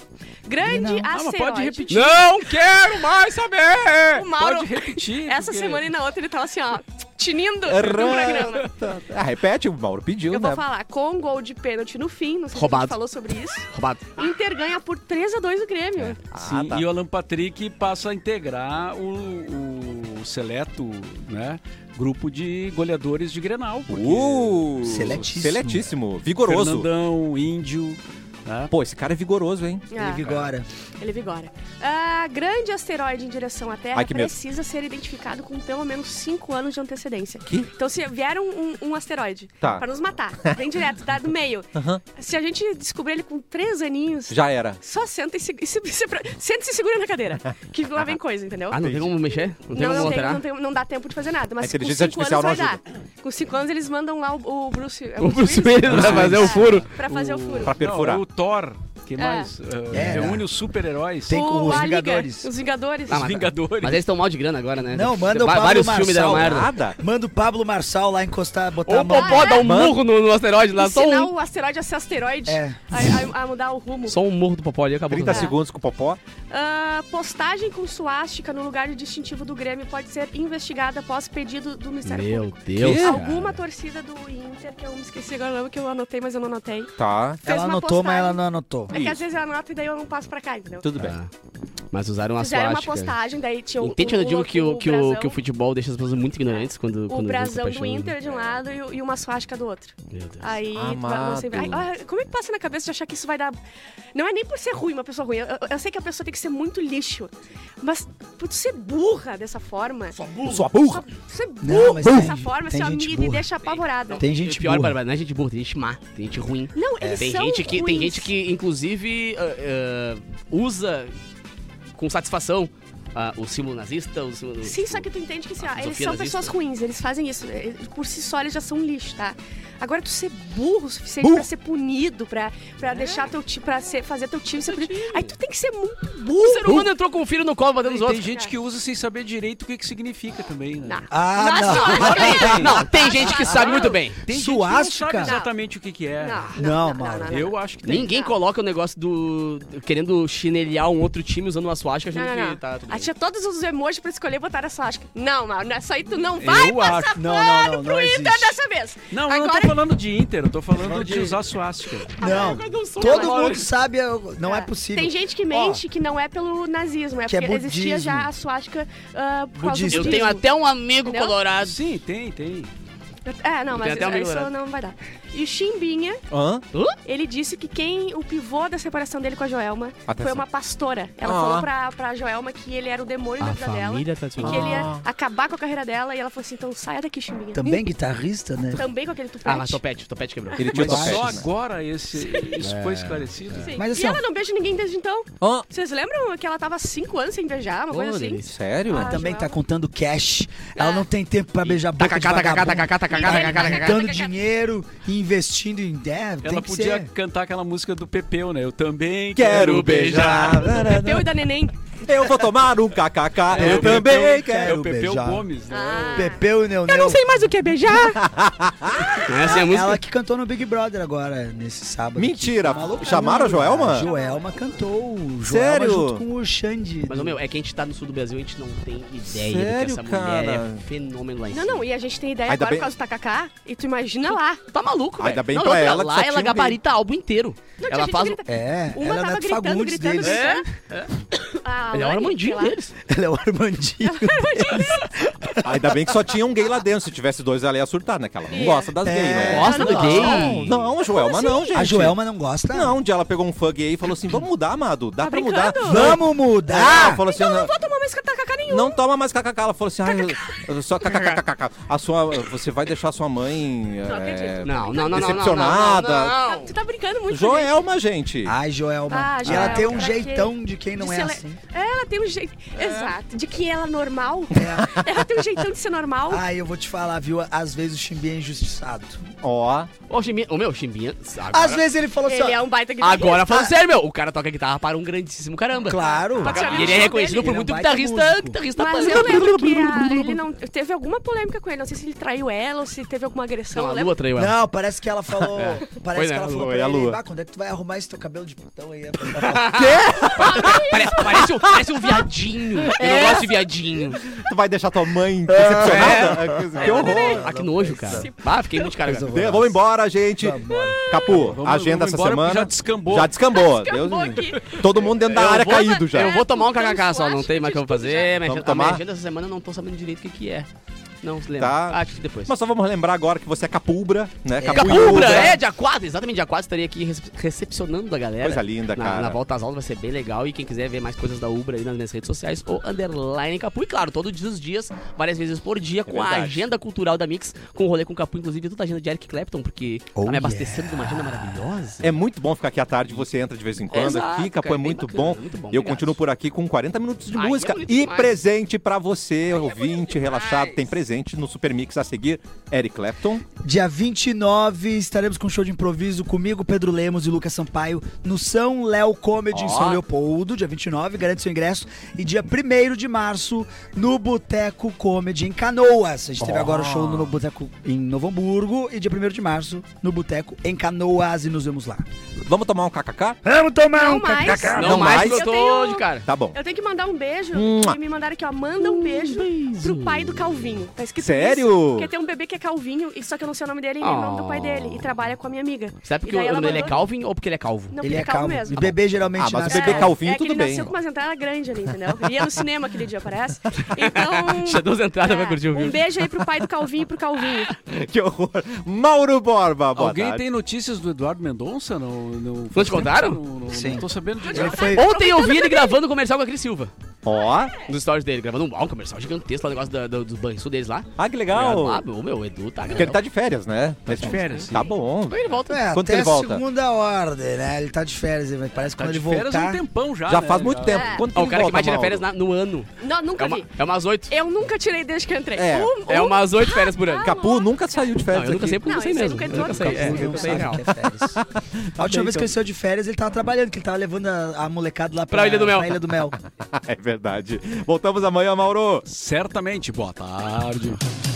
E: Grande
C: Grenal.
D: Ah, mas
E: asteroide.
D: pode repetir.
B: Não quero mais saber!
E: O Mauro,
D: Pode repetir.
E: [LAUGHS] essa
D: porque-
E: semana e na outra, ele tava assim, ó, tinindo no programa.
A: Errou. Ah, repete, o Mauro pediu,
E: Eu
A: né?
E: vou falar, com gol de pênalti no fim, não sei se a
B: Roubado.
E: gente falou sobre isso.
B: Roubado.
E: Inter ganha por 3x2 o Grêmio.
D: Sim,
A: Ah, tá.
D: e o Alan Patrick passa a integrar o, o seleto, né? Grupo de goleadores de Grenal. porque
A: Uh,
C: Seletíssimo.
A: Seletíssimo. Vigoroso.
D: Fernandão, Índio, né?
A: Pô, esse cara é vigoroso, hein?
C: Ele
E: Ah,
C: vigora.
E: ele vigora. Ah, grande asteroide em direção à Terra
A: Ai, que medo.
E: precisa ser identificado com pelo menos 5 anos de antecedência.
A: Que?
E: Então, se vier um, um- um asteroide
A: Tá.
E: pra nos matar, vem direto, tá do meio. Se a gente descobrir ele com 3 aninhos,
A: Já era.
E: só senta e se, e se- se- senta e se segura na cadeira. Que lá vem coisa, entendeu?
B: Ah, não tem como mexer? Não tem como
E: Não, não, tem,
B: alterar?
E: não, tem- não dá tempo de fazer nada,
A: A
E: mas com
A: inteligência
E: 5
A: artificial
E: anos vai
A: não
E: dar. Com 5 anos eles mandam lá o, o Bruce... é
B: O Bruce Willis vai fazer o furo.
E: Pra fazer o furo.
A: Pra perfurar.
D: Não, é o Thor, que mais? Eh,
C: É.
D: Reúne os super-heróis.
C: Tem com os
E: a Liga,
C: Vingadores.
E: Os Vingadores.
B: Ah,
D: Os Vingadores.
B: Mas eles estão mal de grana agora, né?
C: Não, manda o
B: Va-
C: Pablo
B: Vários
C: Marçal.
B: filmes deram merda.
A: Nada.
C: Manda o Pablo Marçal lá encostar, botar
E: Ah,
B: Ô,
C: a mão.
B: Popó, dá um murro no, no asteroide lá, só
E: Ensinar
B: um,
E: o asteroide a ser asteroide.
C: É.
E: A, a- a mudar o rumo.
B: só um murro do Popó ali acabou.
A: 30
B: com-
A: segundos com o Popó.
E: Ah, postagem com suástica no lugar de distintivo do Grêmio pode ser investigada após pedido do Ministério
B: Meu
E: Público.
B: Deus,
A: Que?
B: cara.
E: Alguma torcida do Inter, que eu me esqueci agora o nome que eu anotei, mas eu não anotei.
A: Tá.
E: fez
C: Ela
E: uma
C: anotou, mas
E: postagem.
C: ela não anotou.
E: É que às vezes eu anoto e daí eu não passo pra cá, entendeu?
A: Tudo bem.
B: Ah, Mas usaram a
E: Fizeram uma
B: suástica.
E: postagem, daí tinha o.
B: Entende quando eu
E: o
B: digo
E: logo-
B: que o, que, o,
E: brasão-
B: que o futebol deixa as pessoas muito ignorantes quando.
E: O
B: quando
E: brasão
B: eles se
E: do
B: apaixonam?
E: Inter de um lado e, o- e uma suástica do outro.
B: Meu Deus.
E: Aí, tu vai- você vai-
A: Amado.
E: Ai, ah, como é que passa na cabeça de achar que isso vai dar. Não é nem por ser ruim, uma pessoa ruim. Eu, eu- eu sei que a pessoa tem que ser muito lixo. Mas por tu ser burra dessa forma. Só
A: Sua burra.
E: ser
C: Não,
E: burra
C: mas
E: dessa
C: tem-
E: forma,
C: tem
E: assim, ó,
C: gente
E: me, me
C: burra.
E: deixa apavorada.
C: Tem
B: E
C: gente
B: pior,
C: burra.
B: Bárbara, não é gente burra, tem gente má, tem gente ruim.
E: Não, eles
B: Tem
E: são
B: gente, que, tem
E: ruins.
B: gente que, inclusive, ah, ah, usa com satisfação ah, o símbolo nazista. O símbolo,
E: Sim, só que tu entende que assim, ó,
B: Ah,
E: eles
B: Sofia
E: são
B: nazista.
E: pessoas ruins, eles fazem isso. eh, Por si só, eles já são um lixo, tá? Agora, tu ser burro o suficiente pra ser punido, pra, pra deixar teu time, pra ser- fazer teu time ser punido. Aí tu tem que ser muito burro.
B: O ser humano entrou com o filho no colo batendo os
D: Tem
B: outros.
D: gente que usa sem saber direito o que, que significa também, né?
E: Não.
C: Ah, não.
B: Não, tem gente que sabe muito bem.
D: Tem gente que não
C: Suástica?
D: sabe exatamente o que, que é.
C: Não, Mauro.
D: Eu acho que tem.
B: Ninguém coloca o negócio do. querendo chinelhar um outro time usando uma suástica achando
E: Não, não,
B: que
E: não.
B: tá tudo
E: Aí
B: bem.
E: tinha todos os emojis pra escolher e botaram a suástica. Não, Mauro, nessa aí tu não vai passar
D: acho-
C: não,
E: pano
C: não, não,
E: pro
C: não
E: Inter
C: existe.
E: dessa vez.
D: Não, eu não
E: Agora- é
D: tô falando de Inter, eu tô falando de usar suástica.
C: Não. Todo mundo sabe, eu- não é possível.
E: Tem gente que mente que não é pelo nazismo, é
C: Que é
E: porque existia
C: budismo.
E: já a suástica ah, por causa do
C: Budismo.
B: Eu
E: budismo.
B: tenho até um amigo
E: Entendeu?
B: colorado.
D: Sim, tem, tem.
E: É, não, mas
B: até
E: isso,
B: amigo,
E: isso
B: né?
E: não vai dar. E o Chimbinha,
A: Hã?
E: ele disse que quem o pivô da separação dele com a Joelma
A: Atenção.
E: foi uma pastora. Ela
A: Ah.
E: falou pra, pra Joelma que ele era o demônio da
I: A
E: vida dela.
I: família tá
E: E
I: tradicional.
E: que ele ia acabar com a carreira dela. E ela falou assim, então saia daqui, Chimbinha.
C: Também guitarrista, né?
E: Também com aquele tupete.
B: Ah, mas topete, topete quebrou.
A: Ele tinha
D: Mas
A: topete,
D: só
A: né?
D: agora esse, isso
A: É.
D: foi esclarecido?
E: Sim.
C: Mas assim,
E: e
C: ó-
E: ela não beija ninguém desde então.
A: Hã?
E: Vocês lembram que ela tava há 5 anos sem beijar, uma
B: Ô,
E: coisa assim?
B: delícia.
A: Sério?
E: Ah,
C: Também tá
E: Joelma.
C: contando cash.
E: É.
C: Ela não tem tempo pra beijar a boca de vagabundo.
E: tá
C: Juntando dinheiro e investindo em dev.
D: Ela
C: tem que
D: podia
C: ser.
D: cantar aquela música do Pepeu, né? Eu também
A: Quero
D: Ah,
C: Ah,
A: beijar.
E: Eu e da neném.
A: Eu vou tomar um kkk.
D: É,
A: Eu
D: o Pepeu-
A: também
D: É o
A: quero
D: Pepeu
A: beijar.
D: Gomes, né?
E: Ah.
C: Pepeu e Neu Neu.
E: mais o que é beijar.
B: Essa é a música.
C: Ela que cantou no Big Brother agora, nesse sábado.
A: Mentira.
C: Maluca,
A: Chamaram a Joelma?
C: A Joelma cantou. Joelma
A: Sério?
C: junto com o Xande.
B: Mas, ô, meu, é que a gente tá no sul do Brasil, a gente não tem ideia
A: Sério,
B: do que essa mulher
A: cara?
B: é fenômeno lá em
E: [LAUGHS] Não,
B: cima.
E: não, e a gente tem ideia
A: Ainda
E: agora
A: bem-
E: por causa do tacacá. E tu imagina lá.
B: Tá maluco,
A: Ainda
B: velho.
A: bem
B: não,
A: pra
B: outra,
A: ela que
B: Lá
A: só
B: ela
A: tinha um
B: gabarita álbum inteiro.
E: Não, tinha
B: ela
E: gente
B: faz... um-
E: grita-
C: É,
E: Uma
C: ela é
E: tava
C: Neto
E: gritando,
C: Fagundes
E: gritando,
C: deles.
E: gritando. Ah,
B: Ele é o
E: Lani, sei
B: Armandinho
E: lá.
B: deles.
C: Ela é o Armandinho.
A: Ainda bem que só tinha um gay lá dentro. Se tivesse dois, ela ia surtar, né? Que ela não
E: É.
A: gosta das gays, né?
B: Gosta do
E: não.
B: gay.
A: Não, não, Joelma, não, gente.
C: assim? A Joelma não gosta?
A: Não, um dia ela pegou um fã gay e falou assim: vamos mudar, amado. Dá
E: Tá
A: pra mudar.
E: brincando?
A: Não,
C: Vamos
A: Ah, ela
C: mudar!
A: falou assim,
E: Então eu
A: não,
E: não vou tomar mais tacacá nenhum.
A: não toma mais kkk. Ela falou assim, ah, eu- eu só kkkkk. A sua, você vai deixar sua mãe
E: Não
A: é,
E: acredito.
B: Não, não, não, não, não.
A: decepcionada.
B: Não, não,
E: Tu tá brincando muito com a gente.
A: Joelma, gente.
C: Ai, Joelma.
E: Ah,
C: e ela
E: Joelma,
C: tem um
E: pra
C: jeitão de quem
E: De
C: não é
E: ser le-
C: assim.
E: É, ela tem um jeito. Exato. De que ela é normal. [LAUGHS] Ela tem um jeitão de ser normal.
C: Ai, eu vou te falar, viu? Às vezes o Chimbinha é injustiçado.
A: Ó,
B: não. Ô, Chimbinha... Ô, meu, Chimbinha... agora-
C: Às vezes ele falou assim, ó,
E: Ele é um baita guitarrista.
B: Agora falando sério, meu, o cara toca guitarra para um grandíssimo caramba.
C: claro.
E: Pra caramba.
B: E ele é reconhecido por
C: Ele é um
B: muito
C: baita
B: guitarrista,
C: músico.
B: guitarrista
E: Mas
B: pan-
E: eu lembro que a- ele não. Teve alguma polêmica com ele. Não sei se ele traiu ela ou se teve alguma agressão.
B: Não, a
E: eu
B: Tá lua
E: lembro.
B: [LAUGHS] traiu ela.
C: Não, parece
A: [LAUGHS]
C: que ela falou. Parece
B: Foi,
C: que
B: né?
C: ela falou
A: Foi
C: pra
A: É. a
C: ele,
A: lua.
C: "Bah, quando é que tu vai arrumar esse teu cabelo de putão aí? [LAUGHS] Ela
B: Parece, parece, um, parece um viadinho. Eu não gosto de viadinho.
A: tu vai deixar tua mãe decepcionada? É. Que horror.
B: Ah, que nojo, cara. Ah, fiquei muito cara.
C: falou,
A: De- Vamos embora, gente.
B: Tá
A: Capu, agenda essa
D: embora, porque
A: semana.
D: Já descambou.
A: Já descambou.
E: Descambou
A: Deus me livre.
E: aqui.
A: Todo mundo dentro da
B: Eu
A: área
B: vou-
A: caído já.
B: Eu vou tomar um
E: Tudo
B: kkk só, não
E: flash,
B: tem mais o que eu
E: tudo
B: vou fazer.
A: Vamos
B: Minha agenda, a minha
A: tomar?
B: agenda essa semana eu não tô sabendo direito o que, que é. Não se lembra. Ah,
A: Tá.
B: Acho que depois.
A: Mas só vamos lembrar agora que você é capubra, né?
B: Capubra, é, dia 4, exatamente dia 4 estarei aqui recep- recepcionando a galera.
A: Coisa linda,
B: na,
A: cara.
B: Na volta às aulas vai ser bem legal e quem quiser ver mais coisas da Ubra aí nas minhas redes sociais, ou underline Capu. E claro, todos os dias, várias vezes por dia, com a
A: É verdade.
B: agenda cultural da Mix, com o rolê com o Capu, inclusive toda a agenda de Eric Clapton, porque
C: Oh,
B: tá me abastecendo de uma agenda maravilhosa.
A: É muito bom ficar aqui à tarde, você entra de vez em quando
B: Exato,
A: aqui, Capô,
B: cara,
A: é
B: bem
A: muito
B: bacana,
A: bom.
B: muito
A: eu
B: bom, obrigado.
A: continuo por aqui com 40 minutos de
B: Ai, é
A: música
B: bonito
A: e
B: demais. é
A: presente pra você, ouvinte,
B: demais.
A: relaxado. Tem presente no Super Mix a seguir, Eric Clapton.
C: Dia 29, estaremos com um show de improviso comigo, Pedro Lemos e Lucas Sampaio no São Léo Comedy em
A: Ó.
C: São Leopoldo, dia 29, garante seu ingresso. E dia 1 de março, no Boteco Comedy em Canoas. A gente teve agora o show no Boteco em Novo Hamburgo e dia 1 de março, no Boteco em Canoas. E nos vemos lá.
A: Vamos tomar um kkk?
F: Vamos tomar
E: Não
F: um
E: mais.
F: kkk.
A: Não mais?
B: porque eu
E: Eu
B: tô
E: tenho-
B: de cara.
A: Tá bom. [LAUGHS]
E: Eu tenho que mandar um beijo.
A: Mua.
E: E me mandaram aqui, ó. Manda um beijo, pro pai do Calvinho. Tá escrito
A: Sério?
E: isso, Porque tem um bebê que é Calvinho, e só que eu não sei o nome dele e nem o nome do pai
B: Oh.
E: dele. E trabalha com a minha amiga.
B: Sabe
E: E
B: porque
E: daí
B: o
E: ela
B: nome dele é
E: mandou-
B: Calvin ou porque ele é calvo?
C: Ele
E: Não, porque
C: é
E: ele é calvo
C: calmo.
E: mesmo.
C: E bebê geralmente
A: Ah, mas o
C: nasce-
A: bebê
E: É,
A: Calvinho,
E: é que
A: tudo
E: ele
A: bem.
E: nasceu com umas entradas grandes ali, entendeu? Ia no cinema aquele dia,
A: [LAUGHS]
E: parece. Então.
B: Tinha duas entradas pra curtir o
E: Um
B: vídeo.
E: beijo aí pro pai do Calvinho e pro Calvinho.
A: Que horror. Mauro Borba, boa
D: Alguém
A: tarde.
D: tem notícias do Eduardo Mendonça? Não, não,
B: Não te contaram?
D: Não, não,
C: Sim.
D: não tô sabendo de
C: Ele
D: nada.
C: foi.
B: Ontem eu vi ele gravando comercial com a Cris Silva.
A: Ó,
B: Nos stories dele, gravando um, ah, um comercial gigantesco lá, o negócio da- do, do banho deles lá.
A: ah, que
B: Ah,
A: legal.
B: meu, meu, o Edu tá
A: Porque ele tá de férias, né? Tá
D: de férias,
A: Tá bom.
B: Ele volta.
C: É,
A: Quando
C: até
A: ele volta?
C: a segunda ordem, né? Ele tá de férias, mas parece que
D: Tá
C: quando
D: de
C: ele
D: férias há um
C: voltar.
D: tempão já,
A: Já
D: né?
A: faz muito tempo.
E: É.
A: Quando
B: É o
A: ele
B: cara que
A: volta,
B: mais tira
A: Mauro?
B: férias na- no ano.
E: Não, nunca
B: É, uma-
E: vi.
B: é umas oito.
E: Eu nunca tirei desde que eu entrei.
A: É,
E: Um-
B: É
E: um-
B: umas oito férias por ano.
A: Capu nunca saiu de
B: Não,
A: férias
B: eu nunca
A: aqui.
B: sei porque eu
E: Não,
B: nunca sei
E: isso aí
B: mesmo.
E: nunca
B: Eu nunca
E: entrou no
B: sei.
E: Capu,
B: É,
C: Ele
B: eu
C: não
B: nunca sei,
C: sabe o
B: real.
C: que é férias. A última vez que
A: então.
C: ele saiu de férias, ele tava trabalhando, que ele tava levando a, a molecada lá pra,
B: Ilha do Mel.
C: Ilha do Mel.
A: [LAUGHS] É verdade. Voltamos amanhã, Mauro.
D: Certamente. Boa tarde.